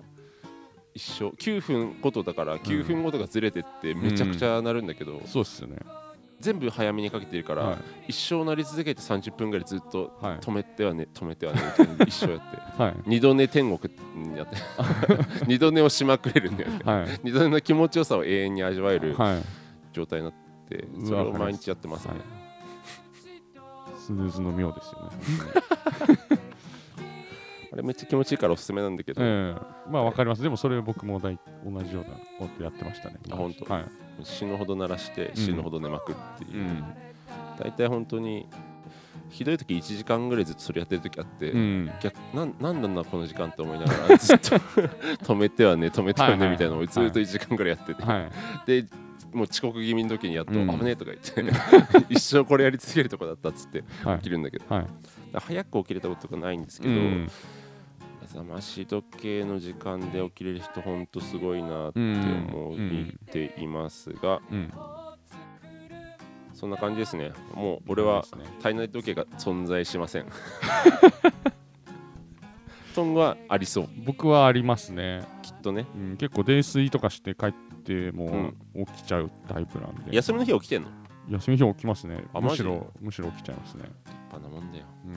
Speaker 1: 一生9分ごとだから9分ごとがずれてってめちゃくちゃなるんだけど、
Speaker 2: そうっすよね
Speaker 1: 全部早めにかけてるから、
Speaker 2: は
Speaker 1: 一生なり続けて30分ぐらいずっと
Speaker 2: いはい
Speaker 1: 止めてはね止めてはねみたいな一生やっ て
Speaker 2: はい
Speaker 1: 二度寝天国にやって 二度寝をしまくれるんだよね
Speaker 2: はい
Speaker 1: 二度寝の気持ちよさを永遠に味わえる
Speaker 2: はい
Speaker 1: 状態になって
Speaker 2: うわ
Speaker 1: それを毎日やってますね
Speaker 2: はいスヌーズの妙ですよね
Speaker 1: あれめっちゃ気持ちいいからおすすめなんだけど、
Speaker 2: ええまあわかりますでもそれ僕も大同じようなことやってましたね
Speaker 1: あ本当
Speaker 2: はい
Speaker 1: 死ぬほど鳴らして
Speaker 2: ん
Speaker 1: 死ぬほど寝まくっていうう、
Speaker 2: ん
Speaker 1: 大体本当にひどい時1時間ぐらいずっとそれやってる時あって、
Speaker 2: うん
Speaker 1: 逆なんなんなんだこの時間って思いながらず っと止めてはね止めては
Speaker 2: はいはい
Speaker 1: ねみたいなのをずっと1時間ぐらいやってて、
Speaker 2: はい
Speaker 1: でもう遅刻気味の時にやっと「
Speaker 2: うん
Speaker 1: 危ねえ」とか言って、 一生これやり続けるとこだったっつって
Speaker 2: は
Speaker 1: 起
Speaker 2: い
Speaker 1: きるんだけど
Speaker 2: はい
Speaker 1: だから早く起きれたことがないんですけ
Speaker 2: う
Speaker 1: ど、
Speaker 2: ん
Speaker 1: 目覚まし時計の時間で起きれる人ほんとすごいなって
Speaker 2: うん
Speaker 1: 思っていますが、
Speaker 2: うん
Speaker 1: そんな感じですねもう俺は
Speaker 2: そうですね
Speaker 1: 体内時計が存在しませんトングはありそう
Speaker 2: 僕はありますね
Speaker 1: きっとね
Speaker 2: うん結構泥酔とかして帰っても
Speaker 1: う
Speaker 2: う起きちゃうタイプなんで
Speaker 1: 休みの日起きてんの立
Speaker 2: 休み日起きますね
Speaker 1: あ
Speaker 2: む
Speaker 1: マ
Speaker 2: し
Speaker 1: ジ
Speaker 2: ろむしろ起きちゃいますね、
Speaker 1: 派なもんだよ
Speaker 2: うん、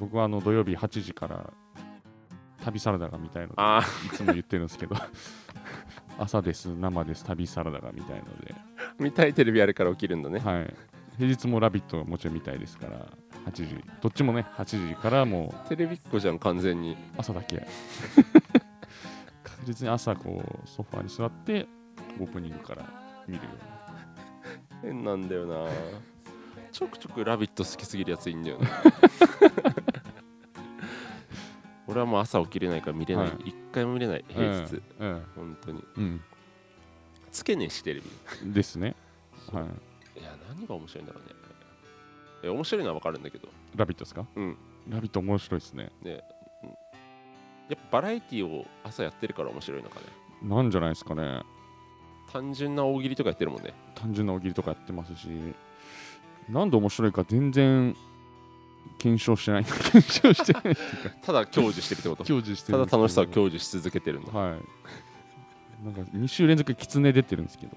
Speaker 2: 僕はあの土曜日8時から旅サラダが見たいので
Speaker 1: あ
Speaker 2: いつも言ってるんですけど 朝です生です旅サラダが見たいので、
Speaker 1: あ見たいテレビあるから起きるんだね
Speaker 2: はい、平日も「ラビット!」もちろん見たいですから8時どっちもね8時からもう
Speaker 1: テレビっ子じゃん完全に
Speaker 2: 朝 だけ確実に朝こうソファーに座ってオープニングから見るような
Speaker 1: 変なんだよなちょくちょく「ラビット!」好きすぎるやついいんだよね俺はもう朝起きれないから見れない、
Speaker 2: は
Speaker 1: 一回も見れない平日、
Speaker 2: うん、
Speaker 1: 本当に
Speaker 2: うん
Speaker 1: つけねえしテレビ
Speaker 2: うん、ですね、はい、
Speaker 1: いや何が面白いんだろうねえ面白いのは分かるんだけど
Speaker 2: 「ラビット!」ですか
Speaker 1: うん
Speaker 2: ラビット!」面白いですね
Speaker 1: ね、うん、やっぱバラエティを朝やってるから面白いのかね
Speaker 2: なんじゃないですかね
Speaker 1: 単純な大喜利とかやってるもんね
Speaker 2: 単純な大喜利とかやってますし何で面白いか全然検証してない 検証してない
Speaker 1: ただ享受してるってこと
Speaker 2: 享受して
Speaker 1: ただ
Speaker 2: るんですけど
Speaker 1: 楽しさを享受し続けてるんだ
Speaker 2: はいなんか2週連続キツネ出てるんですけど、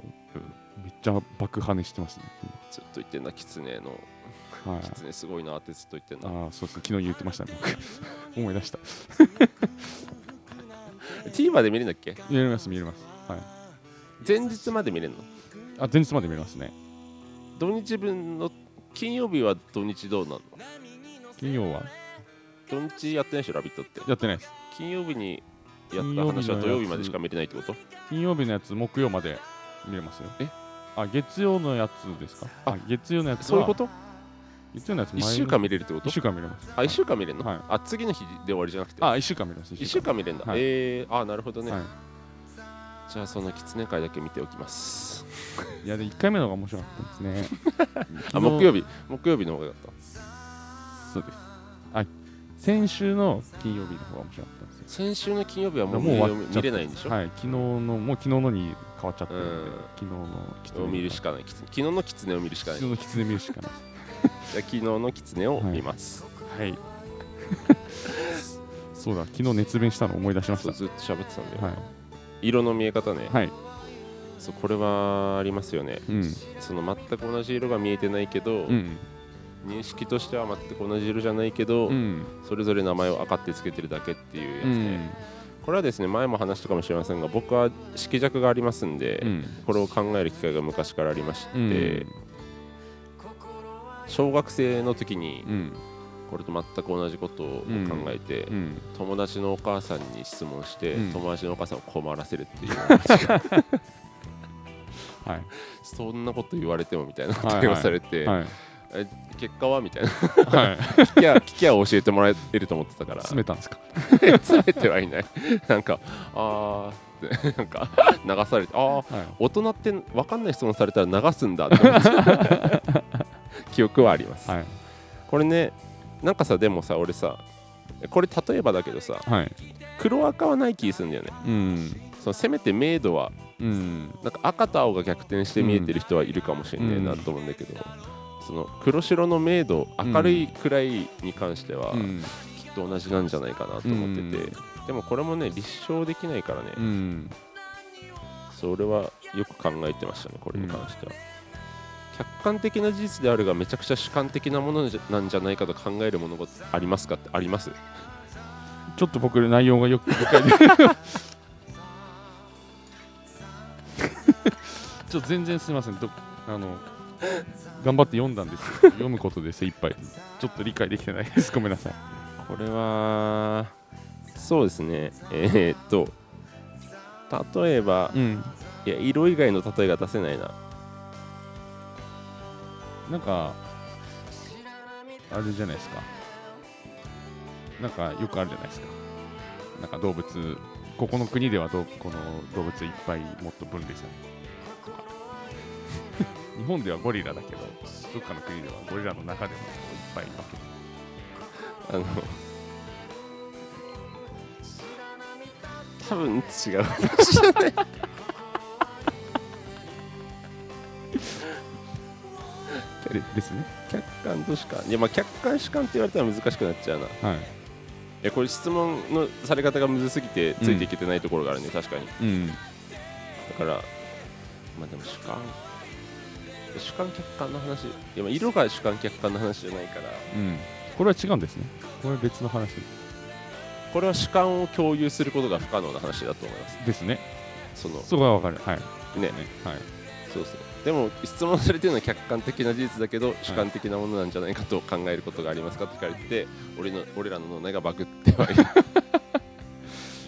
Speaker 2: めっちゃ爆跳ねしてますね、
Speaker 1: ずっと言ってんなキツネの
Speaker 2: はい
Speaker 1: キツネすごいなってずっと言ってんな
Speaker 2: ああそうですね昨日言ってましたね僕 思い出した
Speaker 1: TVer で見れるんだっけ
Speaker 2: 見れます見れますはい
Speaker 1: 前日まで見れるの
Speaker 2: あ前日まで見れますね
Speaker 1: 土日分の金曜日は土日どうなの
Speaker 2: 金曜は
Speaker 1: 土日やってないでしょ「ラビット!」って
Speaker 2: やってないです
Speaker 1: 金曜日にやった話は土曜日までしか見れないってこと
Speaker 2: 金曜日のやつ木曜まで見れますよ
Speaker 1: え
Speaker 2: あ月曜のやつですか
Speaker 1: あ
Speaker 2: あ月曜のやつは
Speaker 1: そういうこと
Speaker 2: 月曜のやつ
Speaker 1: 1
Speaker 2: 前
Speaker 1: 週間見れるってこと
Speaker 2: 一週間見れます
Speaker 1: あ1週間見れるの、
Speaker 2: はい
Speaker 1: あ次の日で終わりじゃなくて
Speaker 2: あ一週間見れます
Speaker 1: 1週間見れるんだ、
Speaker 2: はい
Speaker 1: えー、あなるほどね、
Speaker 2: は
Speaker 1: じゃあその狐会だけ見ておきます
Speaker 2: い、いやで1回目の方が面白かったですね
Speaker 1: あ木曜日木曜日の方が良かった
Speaker 2: そうです。あ、先週の金曜日の方が面白かったんですよ。
Speaker 1: 先週の金曜日はもう
Speaker 2: もう
Speaker 1: 見
Speaker 2: 終
Speaker 1: れ
Speaker 2: わっちゃった
Speaker 1: 見れないんでしょ、
Speaker 2: はい、昨日の、もう昨日のに変わっちゃってるん
Speaker 1: う
Speaker 2: で
Speaker 1: ん、
Speaker 2: 昨日のキ
Speaker 1: を見るしかない狐昨日の狐を見るしかない
Speaker 2: 昨日のキツネ見るしかない。
Speaker 1: じゃあ昨日の狐を見ます、
Speaker 2: はい。そうだ、昨日熱弁したの思い出しま
Speaker 1: そう
Speaker 2: し
Speaker 1: ずっと喋ってたんだよ、
Speaker 2: た。はい。
Speaker 1: 色の見え方ね、
Speaker 2: はい。
Speaker 1: そうこれはありますよね
Speaker 2: うん。
Speaker 1: その全く同じ色が見えてないけど、
Speaker 2: うん。
Speaker 1: 認識としては全く同じ色じゃないけど、
Speaker 2: うん。
Speaker 1: それぞれ名前を赤ってつけてるだけっていうやつ
Speaker 2: う
Speaker 1: ね
Speaker 2: ん、。
Speaker 1: これはですね前も話したかもしれませんが僕は色弱がありますんで、
Speaker 2: うん。
Speaker 1: これを考える機会が昔からありまして、
Speaker 2: うん。
Speaker 1: 小学生の時に
Speaker 2: うん。
Speaker 1: これと全く同じことを考えて、
Speaker 2: うん。
Speaker 1: 友達のお母さんに質問して、
Speaker 2: うん
Speaker 1: 友達のお母さんを困らせるっていう
Speaker 2: はい。
Speaker 1: そんなこと言われてもみたいな
Speaker 2: はいはい
Speaker 1: 対応されて、
Speaker 2: はい。
Speaker 1: え結果はみたいな
Speaker 2: はい。
Speaker 1: 聞きゃ聞きゃ教えてもらえると思ってた から
Speaker 2: 詰めたんですか。
Speaker 1: 詰めてはいないなんかあーって なんか流されてああ
Speaker 2: はい。
Speaker 1: 大人って分かんない質問されたら流すんだって思って 記憶はあります、
Speaker 2: はい。
Speaker 1: これねなんかさでもさ俺さこれ例えばだけどさ
Speaker 2: はい。
Speaker 1: 黒赤はない気するんだよね
Speaker 2: うん。
Speaker 1: そのせめて明度は
Speaker 2: うん。
Speaker 1: なんか赤と青が逆転して見えてる人はいるかもしれないなと思うんだけど、その黒白の明度
Speaker 2: うん
Speaker 1: 明るいくらいに関しては
Speaker 2: うん。
Speaker 1: きっと同じなんじゃないかなと思ってて、でもこれもね立証できないからね、
Speaker 2: うん。
Speaker 1: それはよく考えてましたねこれに関しては、客観的な事実であるがめちゃくちゃ主観的なものじゃなんじゃないかと考えるものがありますかってあります
Speaker 2: ちょっと僕内容がよく理解 でちょっと全然すみませんどあの頑張って読んだんですけど読むことで精一杯ちょっと理解できてないですごめんなさい
Speaker 1: これはそうですねえーっと例えば
Speaker 2: うん
Speaker 1: いや色以外の例えが出せないな
Speaker 2: なんかあれじゃないですかなんかよくあるじゃないですかなんか動物ここの国ではどこの動物いっぱいもっと分類される 日本ではゴリラだけどどっかの国ではゴリラの中でもいっぱいいるわけ
Speaker 1: あの多分違う話じゃない
Speaker 2: でですね。
Speaker 1: 客観と主観いやまあ客観主観って言われたら難しくなっちゃうない
Speaker 2: はい。
Speaker 1: やこれ質問のされ方がむずすぎてついていけてないところがあるね、確かに
Speaker 2: うん。
Speaker 1: だからまあでも主観主観客観の話いやまあ色が主観客観の話じゃないから
Speaker 2: うん。これは違うんですね。これは別の話
Speaker 1: これは主観を共有することが不可能な話だと思います
Speaker 2: ですね。
Speaker 1: その
Speaker 2: そこはわかる。はい。
Speaker 1: ね
Speaker 2: ね。はい。
Speaker 1: そうそうでも質問されてるのは客観的な事実だけど主観的なものなんじゃないかと考えることがありますかって聞かれて俺の俺らの脳内がバグってはいる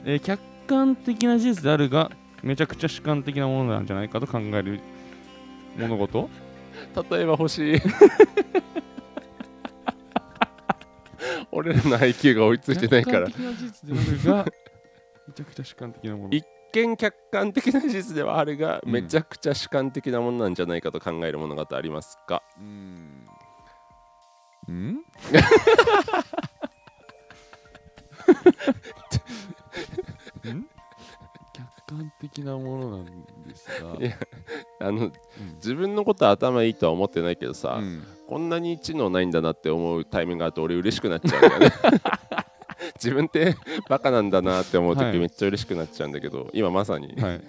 Speaker 2: えー客観的な事実であるが、めちゃくちゃ主観的なものなんじゃないかと考える物事
Speaker 1: 例えば欲しい 俺らの IQ が追いついてないから
Speaker 2: 客観的な事実であるが、めちゃくちゃ主観的なもの。
Speaker 1: 一見客観的な事実ではあるが、
Speaker 2: うん
Speaker 1: めちゃくちゃ主観的なものなんじゃないかと考える物語ありますか
Speaker 2: うーん うんうん客観的なものなんですが、
Speaker 1: いやあの自分のこと頭いいとは思ってないけどさ、
Speaker 2: うん
Speaker 1: こんなに知能ないんだなって思うタイミングがあると俺嬉しくなっちゃうんだ よね自分ってバカなんだなって思う時
Speaker 2: はい
Speaker 1: めっちゃ嬉しくなっちゃうんだけど、今まさに
Speaker 2: うんはい、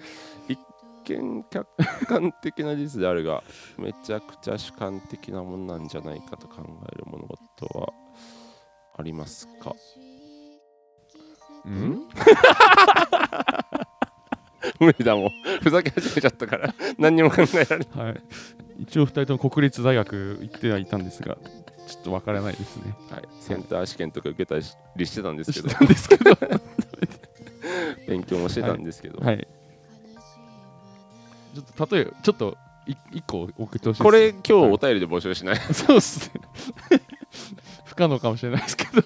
Speaker 1: 一見客観的な事実であるがめちゃくちゃ主観的なものなんじゃないかと考える物事はありますか
Speaker 2: うん、
Speaker 1: 無理だもんふざけ始めちゃったから何にも考えられない
Speaker 2: はい一応2人とも国立大学行ってはいたんですがちょっとわからないですね
Speaker 1: センター試験とか受けたりしてたんですけど
Speaker 2: したんですけど
Speaker 1: 勉強もしてたんですけど、
Speaker 2: はいちょっと例えちょっとい一個送ってほしいです
Speaker 1: これ今日お便りで募集しない、
Speaker 2: そうっすね。不可能かもしれないですけど。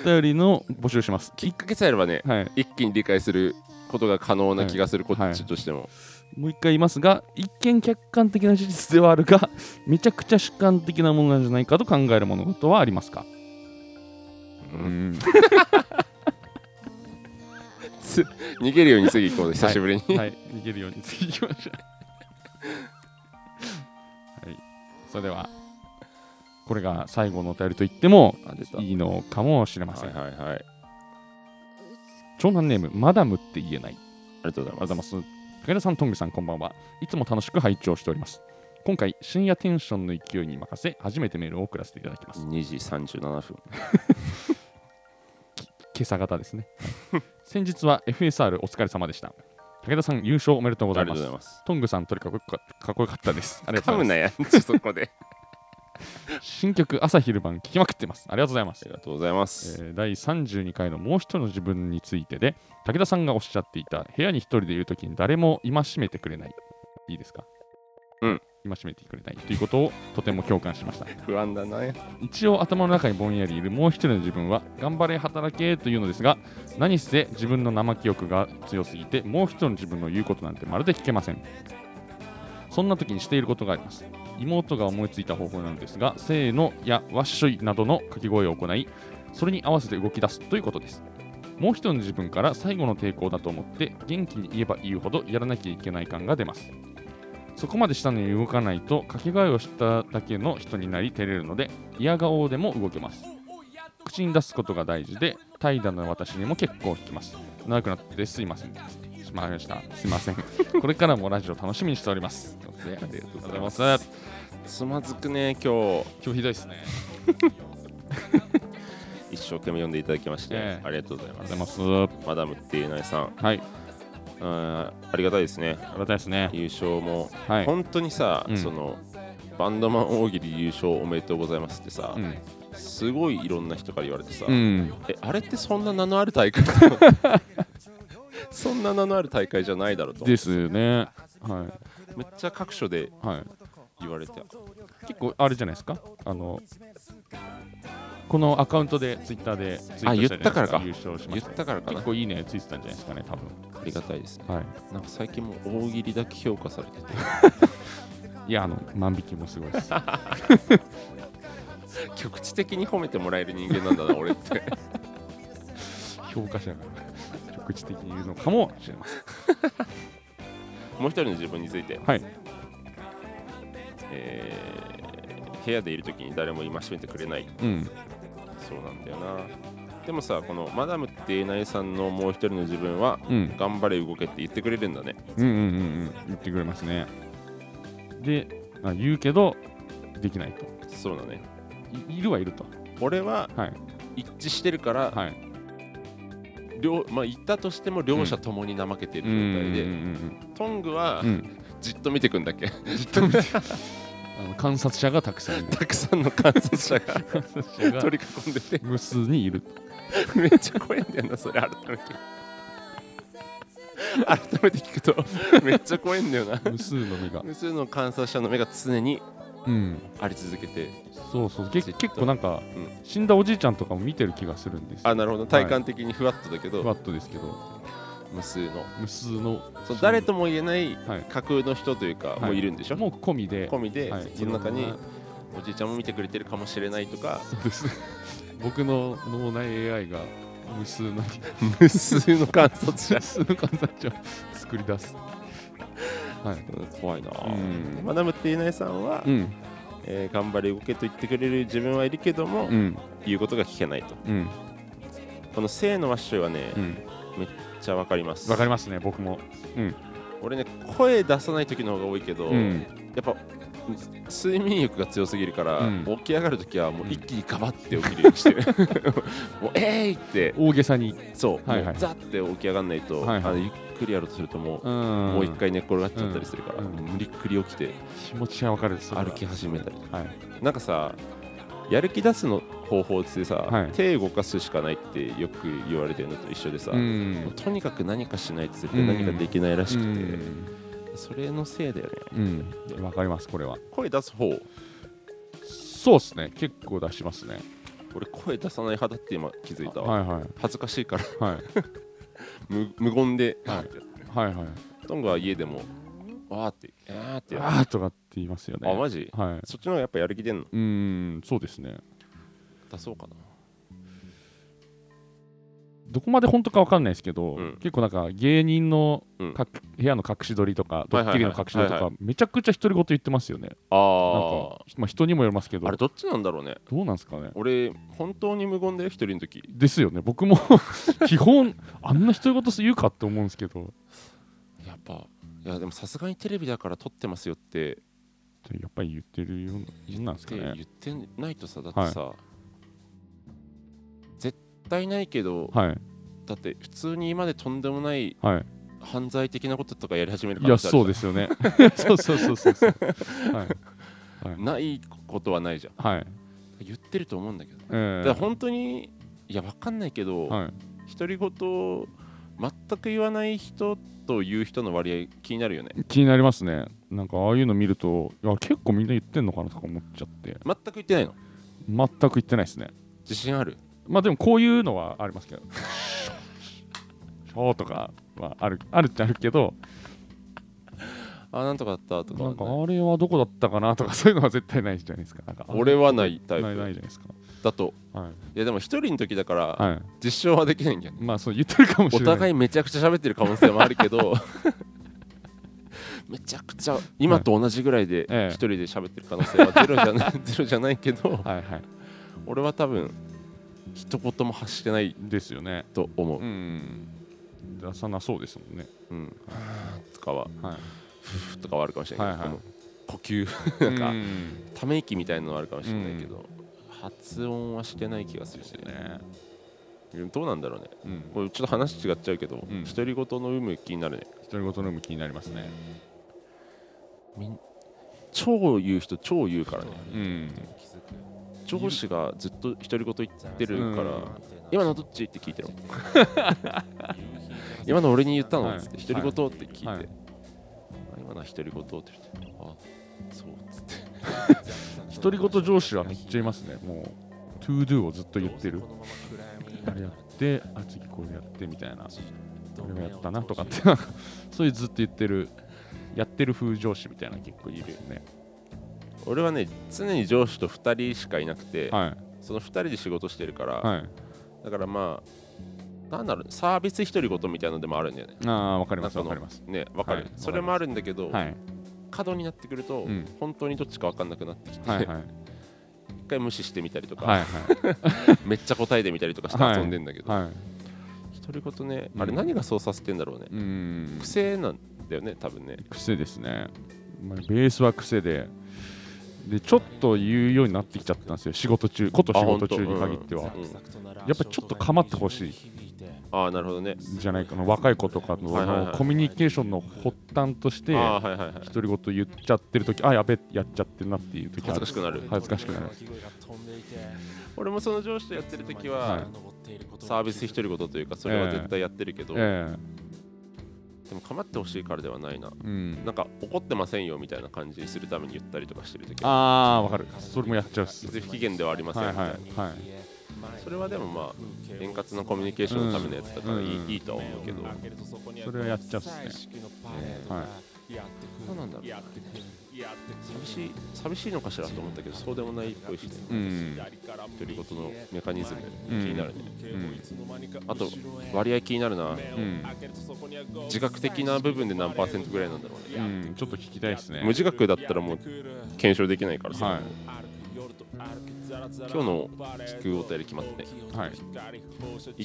Speaker 2: お便りの募集します。
Speaker 1: きっかけさえあればね
Speaker 2: はい。
Speaker 1: 一気に理解することが可能な気がする、
Speaker 2: はい
Speaker 1: こっちとしても、
Speaker 2: もう一回言いますが、一見客観的な事実ではあるが、めちゃくちゃ主観的なものなんじゃないかと考える物事はありますか
Speaker 1: うんつ逃げるように次行こうで久しぶりに、
Speaker 2: はい。逃げるように 次行きましょう。はい。それでは、これが最後のお便りと言っても
Speaker 1: あ出た
Speaker 2: いいのかもしれません。
Speaker 1: はいはいはいあ
Speaker 2: 長男ネーム、マダムって言えない。
Speaker 1: りがとうござい
Speaker 2: おはよ
Speaker 1: ま
Speaker 2: う
Speaker 1: す
Speaker 2: ございます。武田さん、トングさん、こんばんは。いつも楽しく拝聴しております。今回、深夜テンションの勢いに任せ、初めてメールを送らせていただきます。今
Speaker 1: 2時37分
Speaker 2: 朝方ですね。先日は FSR お疲れ様でした。武田さん、優勝おめでとうござ
Speaker 1: あ
Speaker 2: い
Speaker 1: りがとう
Speaker 2: ま
Speaker 1: ご
Speaker 2: す。
Speaker 1: ざいます
Speaker 2: トングさん、とにかくかかっこよかったです。ありがと
Speaker 1: 噛
Speaker 2: うご
Speaker 1: む
Speaker 2: ざ
Speaker 1: ないやんちょそこで
Speaker 2: ます。新曲、朝昼晩、聴きまくってます。ありがとうございま
Speaker 1: あ
Speaker 2: す
Speaker 1: り。がとうございます、
Speaker 2: えー第32回のもう一人の自分についてで、武田さんがおっしゃっていた、部屋に一人でいるときに誰も戒めてくれない。いいですか
Speaker 1: うん。
Speaker 2: 戒めてくれないということをとても共感しました。
Speaker 1: 不安だな
Speaker 2: 一応頭の中にぼんやりいるもう一人の自分は頑張れ働けというのですが何せ自分の生記憶が強すぎてもう一人の自分の言うことなんてまるで聞けませんそんな時にしていることがあります妹が思いついた方法なんですがせーのやわっしょいなどの掛け声を行いそれに合わせて動き出すということですもう一人の自分から最後の抵抗だと思って元気に言えば言うほどやらなきゃいけない感が出ますそこまでしたのに動かないと掛け声をしただけの人になり照れるので嫌顔でも動けます口に出すことが大事で怠惰な私にも結構聞きます長くなってすいませんしまいましたすいませんこれからもラジオ楽しみにしておりますということでありがとうございます
Speaker 1: つまずくね今日
Speaker 2: 今日ひどいですね
Speaker 1: 一生懸命読んでいただきまして、
Speaker 2: ええ
Speaker 1: ありがとうござい
Speaker 2: あ
Speaker 1: ま
Speaker 2: り
Speaker 1: す
Speaker 2: がとうございま
Speaker 1: マダムっていうなえさん
Speaker 2: すはい
Speaker 1: うんありがたいですね
Speaker 2: ありがたいですね
Speaker 1: 優勝も、
Speaker 2: はい
Speaker 1: 本当にさ、
Speaker 2: うん
Speaker 1: そのバンドマン大喜利優勝おめでとうございますってさ、
Speaker 2: うん、
Speaker 1: すごいいろんな人から言われてさ、
Speaker 2: うん、
Speaker 1: えあれってそんな名の ある大会だろうそんな名のある大会じゃないだろうとめ
Speaker 2: で
Speaker 1: っ
Speaker 2: すよねは
Speaker 1: ちゃ各所で
Speaker 2: いはい
Speaker 1: 言われて
Speaker 2: 結構あれじゃないですかあのこのアカウントでツイッターでツイートしたじゃないです
Speaker 1: 言ったからか
Speaker 2: 優勝しま
Speaker 1: 言
Speaker 2: し
Speaker 1: った
Speaker 2: よ
Speaker 1: たからかな
Speaker 2: 結構いいねついてたんじゃないですかね多分
Speaker 1: ありがたいですね
Speaker 2: はい
Speaker 1: なんか最近もう大喜利だけ評価されてて
Speaker 2: いやあの万引きもすごいです
Speaker 1: 局地的に褒めてもらえる人間なんだな俺って
Speaker 2: 評価者が局地的に言うのかもしれません。
Speaker 1: もう一人の自分について、
Speaker 2: はい
Speaker 1: えー部屋でいる時に誰も戒めてくれない
Speaker 2: うん。
Speaker 1: そうなんだよなでもさこのマダムってえないさんのもう一人の自分は
Speaker 2: うん。
Speaker 1: 頑張れ動けって言ってくれるんだね
Speaker 2: うんうんうんうん。言ってくれますね。で、あ言うけど、できないと。
Speaker 1: そうだね
Speaker 2: いいるはいると。
Speaker 1: 俺は
Speaker 2: はい。
Speaker 1: 一致してるから、
Speaker 2: はい。
Speaker 1: 両まあ言ったとしても両者ともに怠けてる状態で、
Speaker 2: ん
Speaker 1: トングは
Speaker 2: うんうん。
Speaker 1: じっと見てくんだっけ
Speaker 2: じっと見て。あの観察者がたくさんいる。
Speaker 1: たくさんの観察者が
Speaker 2: 観察者が
Speaker 1: 取り囲んでて
Speaker 2: 無数にいる。
Speaker 1: めっちゃ怖いんだよなそれ改めて改めて聞くとめっちゃ怖いんだよな
Speaker 2: 無数の目 が。
Speaker 1: 無数の観察者の目が常に
Speaker 2: うん。
Speaker 1: あり続けて
Speaker 2: そうそう。け結構なんか、
Speaker 1: うん
Speaker 2: 死んだおじいちゃんとかも見てる気がするんですよ。
Speaker 1: あなるほど体感的にふわっとだけど、
Speaker 2: ふわっとですけど。
Speaker 1: 無数の
Speaker 2: 無数の
Speaker 1: その誰とも言えない
Speaker 2: はい
Speaker 1: 架空の人というか、
Speaker 2: い
Speaker 1: もういるんでしょ、
Speaker 2: もう込みで
Speaker 1: 込みで、
Speaker 2: はい
Speaker 1: その中
Speaker 2: い
Speaker 1: に
Speaker 2: ろんな
Speaker 1: おじいちゃんも見てくれてるかもしれないとか
Speaker 2: そうですね 僕の脳内 AI が無数の
Speaker 1: 無数の観察者
Speaker 2: 無数の観察者を作り出すはい
Speaker 1: うん怖いなあ
Speaker 2: うん
Speaker 1: マダムっていないさんは、
Speaker 2: うん
Speaker 1: えー頑張れ動けと言ってくれる自分はいるけども、
Speaker 2: うん
Speaker 1: 言うことが聞けないと
Speaker 2: うん
Speaker 1: この性のワッシュはね、
Speaker 2: う
Speaker 1: めっ
Speaker 2: ん
Speaker 1: ちゃわかります
Speaker 2: わかりますね僕も
Speaker 1: 俺ね声出さない時の方が多いけど、
Speaker 2: うん
Speaker 1: やっぱ睡眠欲が強すぎるから、
Speaker 2: うん
Speaker 1: 起き上がる時はもう一気にガバって起きるようにして るもうえいって
Speaker 2: 大げさに
Speaker 1: そう、
Speaker 2: はいは
Speaker 1: も
Speaker 2: い
Speaker 1: うザッて起き上がんないと、
Speaker 2: はいはい
Speaker 1: あのゆっくりやろうとするともう、
Speaker 2: も
Speaker 1: もう一回寝っ転がっちゃったりするから、
Speaker 2: うん
Speaker 1: もう無理っくり起きて
Speaker 2: 気持ちはわかるですそれは
Speaker 1: 歩き始めたり
Speaker 2: はい
Speaker 1: なんかさやる気出すの方法ってさ、
Speaker 2: はい
Speaker 1: 手動かすしかないってよく言われてるのと一緒でさ、もうとにかく何かしないと絶対何かできないらしくて、それのせいだよね
Speaker 2: うんうんわかりますこれは
Speaker 1: 声出す方
Speaker 2: そうですね結構出しますね
Speaker 1: 俺声出さない派だって今気づいたわ、
Speaker 2: はいはい
Speaker 1: 恥ずかしいから
Speaker 2: はい
Speaker 1: 無無言で、
Speaker 2: はい
Speaker 1: あーってやってる
Speaker 2: は いはい
Speaker 1: トングは家でもわーってあーってやって
Speaker 2: あーとかって言いますよね
Speaker 1: るあマジ
Speaker 2: はい
Speaker 1: そっちの方がやっぱやる気出んの
Speaker 2: うーんそうですね
Speaker 1: 出そうかな
Speaker 2: どこまで本当かわかんないですけど、
Speaker 1: うん
Speaker 2: 結構なんか芸人の
Speaker 1: うん
Speaker 2: か、部屋の隠し撮りとか
Speaker 1: い
Speaker 2: ド
Speaker 1: はいはい
Speaker 2: ッキリの隠し撮りと
Speaker 1: はいは
Speaker 2: かめちゃくちゃ独り言言ってますよねなん
Speaker 1: あ
Speaker 2: か、まあ、人にもよりますけど
Speaker 1: ああれどっちなんだろうね
Speaker 2: どうなんですかね
Speaker 1: 俺本当に無言だよ一人の時
Speaker 2: ですよね僕も 基本あんな独り言言うかって思うんですけど
Speaker 1: やっぱいやでもさすがにテレビだから撮ってますよって
Speaker 2: やっぱり言ってるような言うんなんですかね
Speaker 1: 言ってないとさだってさ、絶対ないけど、
Speaker 2: はい
Speaker 1: だって普通に今までとんでもない
Speaker 2: はい
Speaker 1: 犯罪的なこととかやり始める
Speaker 2: いや
Speaker 1: 性ある
Speaker 2: そうで すよねそうそうそうそうそうはいはい、
Speaker 1: ないことはないじゃん
Speaker 2: はい、
Speaker 1: 言ってると思うんだけど、
Speaker 2: えー
Speaker 1: だから本当にいやわかんないけど、
Speaker 2: はい
Speaker 1: 独り言を全く言わない人と言う人の割合気になるよね
Speaker 2: 気になりますねなんかああいうの見るといや結構みんな言ってんのかなとか思っちゃって
Speaker 1: 全く言ってないの
Speaker 2: 全く言ってないですね
Speaker 1: 自信ある
Speaker 2: まあでもこういうのはありますけど ショーとかはあるあるっちゃあるけど
Speaker 1: あなんとかだったとか,、
Speaker 2: なんかあれはどこだったかなとかそういうのは絶対ないじゃないですかなんかあれ
Speaker 1: 俺はないタイ
Speaker 2: ないな
Speaker 1: プ
Speaker 2: いじゃないですか
Speaker 1: だと
Speaker 2: はい、
Speaker 1: いやでも一人の時だから、
Speaker 2: はい、
Speaker 1: 実証はできないんだよね
Speaker 2: まあそう言ってるかもし
Speaker 1: お
Speaker 2: れない
Speaker 1: 互いめちゃくちゃ喋ってる可能性もあるけ どめちゃくちゃ今と同じぐらいで
Speaker 2: ええ
Speaker 1: 一人で喋ってる可能性はゼロじゃない ゼロじゃないけど
Speaker 2: はいはい
Speaker 1: 俺は多分一言も発してない
Speaker 2: ですよね
Speaker 1: と思う、
Speaker 2: うん出さなそうですもんね
Speaker 1: うん、とかは
Speaker 2: は
Speaker 1: ふとかはあるかもしれないけど、
Speaker 2: はいはい
Speaker 1: この呼吸
Speaker 2: い
Speaker 1: なんか
Speaker 2: うん
Speaker 1: ため息みたいなのはあるかもしれないけど、発音はしてない気がするし、
Speaker 2: ね
Speaker 1: ね、どうなんだろうね
Speaker 2: うん
Speaker 1: これちょっと話違っちゃうけど、
Speaker 2: うん
Speaker 1: 独り言の有無気になるね
Speaker 2: 独り言のみ気になりますね
Speaker 1: みん超言う人超言うからね
Speaker 2: うん
Speaker 1: 上司がずっと独り言言ってるから、
Speaker 2: うん
Speaker 1: 今のどっちって聞いてる の今の俺に言ったの
Speaker 2: はい
Speaker 1: っつって独り言って聞いて、
Speaker 2: はい
Speaker 1: あ今のは独り言って言ってあそうっつって
Speaker 2: 独り言上司はめっちゃいますねもう to do をずっと言ってるあれやってあ次これやってみたいなこれもやったなとかってそういうずっと言ってるやってる風上司みたいなの結構いるよね
Speaker 1: 俺はね常に上司と2人しかいなくて、
Speaker 2: は
Speaker 1: その2人で仕事してるから、
Speaker 2: いはい
Speaker 1: だからまあなんだろうサービス独り言みたいなのでもあるんだよね
Speaker 2: ああわかりま
Speaker 1: なん
Speaker 2: す
Speaker 1: か
Speaker 2: わ
Speaker 1: の
Speaker 2: かります
Speaker 1: ねわかる、
Speaker 2: はい
Speaker 1: それもあるんだけど、
Speaker 2: はい
Speaker 1: 角になってくると、
Speaker 2: うん
Speaker 1: 本当にどっちか分かんなくなってきて、
Speaker 2: はいはい
Speaker 1: 一回無視してみたりとか、
Speaker 2: はいはい
Speaker 1: めっちゃ答えてみたりとかして遊んでんだけど、
Speaker 2: はい
Speaker 1: 独り言ね、
Speaker 2: うん
Speaker 1: あれ何がそうさせてんだろうね、
Speaker 2: うん
Speaker 1: 癖なんだよね多分ね
Speaker 2: 癖ですね、まあ、ベースは癖ででちょっと言うようになってきちゃったんですよ仕事中こと仕事中に限っては、
Speaker 1: うん
Speaker 2: やっぱちょっと構ってほしい
Speaker 1: ああなるほどね
Speaker 2: じゃないかな若い子とかの,、
Speaker 1: はいはいはい
Speaker 2: コミュニケーションの発端として
Speaker 1: ああーはいはいはい
Speaker 2: 独り言言っちゃってる時あやべやっちゃってるなっていう時
Speaker 1: 恥
Speaker 2: あ
Speaker 1: ず
Speaker 2: る
Speaker 1: かしくなる
Speaker 2: 恥ずかしくなる
Speaker 1: 俺もその上司とやってる時は、
Speaker 2: はい
Speaker 1: サービス独り言というかそれは絶対やってるけど、
Speaker 2: え
Speaker 1: でも構ってほしいからではないな
Speaker 2: えうん
Speaker 1: なんか怒ってませんよみたいな感じにするために言ったりとかしてる時
Speaker 2: ああわかるそれもやっちゃうっす
Speaker 1: 別に不機嫌ではありませんみ
Speaker 2: は
Speaker 1: た
Speaker 2: い
Speaker 1: いな、
Speaker 2: はいはい
Speaker 1: それはでもまあ円滑なコミュニケーションのためのやつだからいい,、
Speaker 2: うん
Speaker 1: いいとは思うけど、ね、
Speaker 2: それはやっちゃうっすねは
Speaker 1: どうなんだろうな寂しい寂しいのかしらと思ったけどそうでもないっぽいしね
Speaker 2: うん
Speaker 1: 独り言のメカニズム気
Speaker 2: うん
Speaker 1: になるね、
Speaker 2: うん
Speaker 1: あと割合気になるな
Speaker 2: うん
Speaker 1: 自覚的な部分で何パーセントぐらいなんだろうね
Speaker 2: うん、ちょっと聞きたいですね
Speaker 1: 無自覚だったらもう検証できないからさ、
Speaker 2: は
Speaker 1: 今日の聞くお便り決まってね
Speaker 2: いはい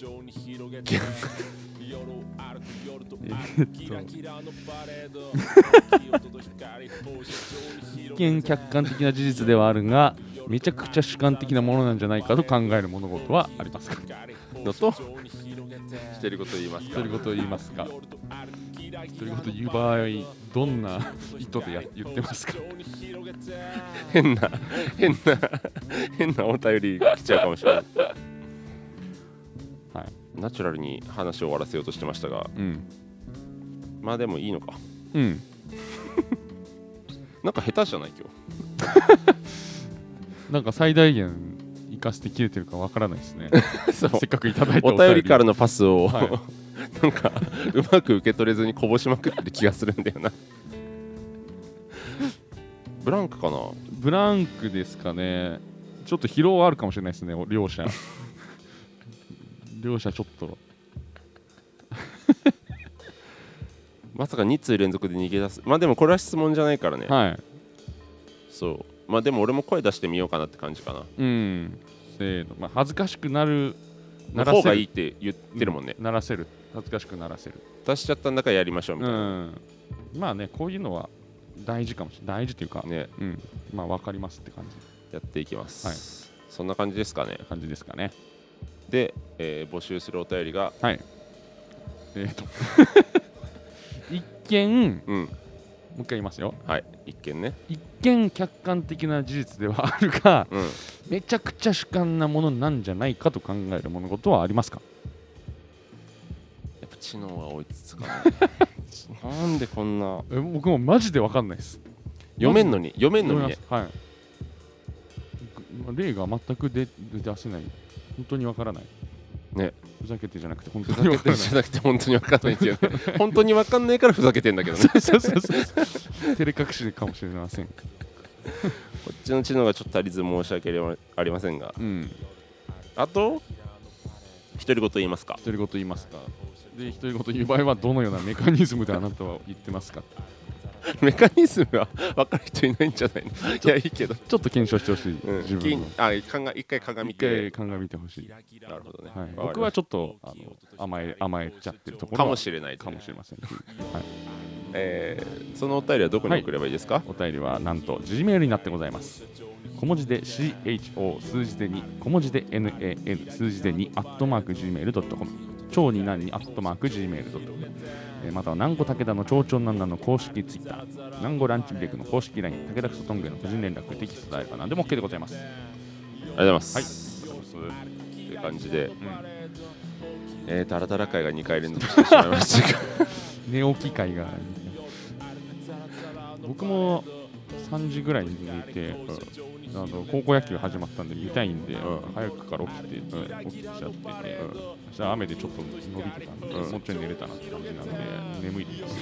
Speaker 2: 一見客観的な事実ではあるがめちゃくちゃ主観的なものなんじゃないかと考える物事はあり ますか
Speaker 1: のとしてること言います
Speaker 2: と
Speaker 1: か
Speaker 2: いうことを言いますかということを言う場合どんな意図でや言ってますか
Speaker 1: 変な変な 変なお便り来ちゃうかもしれない
Speaker 2: はい
Speaker 1: ナチュラルに話を終わらせようとしてましたが
Speaker 2: うん
Speaker 1: まあでもいいのか
Speaker 2: うん
Speaker 1: なんか下手じゃない今
Speaker 2: なんか最大限生かして切れてるかわからないですね
Speaker 1: 日 そう
Speaker 2: せっかくいただいた
Speaker 1: お便りからのパスを、
Speaker 2: はい
Speaker 1: なんかうまく受け取れずにこぼしまくってる気がするんだよなブランクかな
Speaker 2: ブランクですかねちょっと疲労はあるかもしれないですねお両者両者ちょっと
Speaker 1: まさか2通連続で逃げ出すまあでもこれは質問じゃないからね、
Speaker 2: はい
Speaker 1: そうまあでも俺も声出してみようかなって感じかな
Speaker 2: うんせーの、まあ、恥ずかしくなる
Speaker 1: の
Speaker 2: ならせ
Speaker 1: 方
Speaker 2: る
Speaker 1: がいいって言ってるもんね、
Speaker 2: ならせる恥ずかしくならせる
Speaker 1: 出しちゃったんだからやりましょうみ
Speaker 2: う
Speaker 1: たいな、
Speaker 2: んまあねこういうのは大事かもしれない大事というか、
Speaker 1: ね
Speaker 2: うんまあ分かりますって感じ
Speaker 1: やっていきます、
Speaker 2: はい
Speaker 1: そんな感じですかね
Speaker 2: 感じですかね
Speaker 1: で、えー募集するお便りが
Speaker 2: はい えっ、と一見も
Speaker 1: うん
Speaker 2: う一回言いますよ
Speaker 1: はい一見ね
Speaker 2: 一見客観的な事実ではあるが
Speaker 1: うん
Speaker 2: めちゃくちゃ主観なものなんじゃないかと考える物事はありますか
Speaker 1: やっぱ知能は追いつつかないなんでこんな
Speaker 2: え僕もマジで分かんないです
Speaker 1: 読めんのに読めんのに
Speaker 2: 思いま
Speaker 1: ね
Speaker 2: すはいま例が全く出出せない本当に分からない
Speaker 1: ね
Speaker 2: ふざけてじゃなくて本当
Speaker 1: ふざ
Speaker 2: に分
Speaker 1: け
Speaker 2: か
Speaker 1: て
Speaker 2: ら
Speaker 1: る
Speaker 2: ない
Speaker 1: じゃなくて本当に分かんないっていうね本当に分かんないからふざけてんだけどねこ
Speaker 2: そうそうそうそう 照れ隠しかもしれません
Speaker 1: っちの知能がちょっと足りず申し訳ありませんが
Speaker 2: うん
Speaker 1: あと独り言言いますか
Speaker 2: 独り言言いますかで独り言言う場合はどのようなメカニズムであなたは言ってますか
Speaker 1: メカニズムは分かる人いないんじゃないのいやいいけど、
Speaker 2: ちょっと検証してほしい、
Speaker 1: うん、
Speaker 2: 自
Speaker 1: き
Speaker 2: 分
Speaker 1: ん
Speaker 2: の
Speaker 1: あかんが一回鏡
Speaker 2: 一
Speaker 1: 見て
Speaker 2: 回鑑みてほしい、
Speaker 1: なるほどね、
Speaker 2: はい、
Speaker 1: わかり
Speaker 2: 僕
Speaker 1: ま
Speaker 2: は
Speaker 1: し
Speaker 2: ちょっとあの甘え甘えちゃってると
Speaker 1: た
Speaker 2: ころ
Speaker 1: か
Speaker 2: は
Speaker 1: もしれない
Speaker 2: かもしれません。
Speaker 1: えーそのお便りはどこに送ればいいですか、
Speaker 2: お便りはなんと G メールになってございます。小文字で CHO 数字で2小文字で NAN 数字で2アットマーク Gmail.com 超に何にアットマーク Gmail.com えーまたは南郷武田の町長なんなんの公式ツイッター南郷ランチブレイクの公式 LINE 武田クソトングへの個人連絡テキストであれば何でも OK でございます。
Speaker 1: ありがとうござ
Speaker 2: はいい
Speaker 1: ます、
Speaker 2: は
Speaker 1: という感じで、
Speaker 2: ん
Speaker 1: えー、ダラダラ会が2回連続してしまいましたが
Speaker 2: い寝起き会が僕も3時ぐらいに寝て、あの高校野球始まったんで見たいんで、
Speaker 1: うん
Speaker 2: 早くから起きて、起きちゃってて、そしたら雨でちょっと伸びてたんで、
Speaker 1: うん
Speaker 2: もうちょい寝れたなって感じなので、眠いです。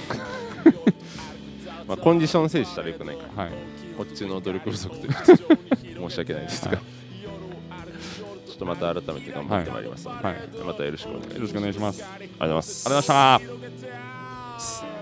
Speaker 1: まあコンディション整理したらよくないから
Speaker 2: はい、
Speaker 1: こっちの努力不足ということで申し訳ないですが、
Speaker 2: はい
Speaker 1: ちょっとまた改めて頑張ってまいりますので、
Speaker 2: はいはい
Speaker 1: またよろしくお願いします
Speaker 2: よろしくお願いします。ありがとう
Speaker 1: ありがとうございます
Speaker 2: ございました。
Speaker 1: す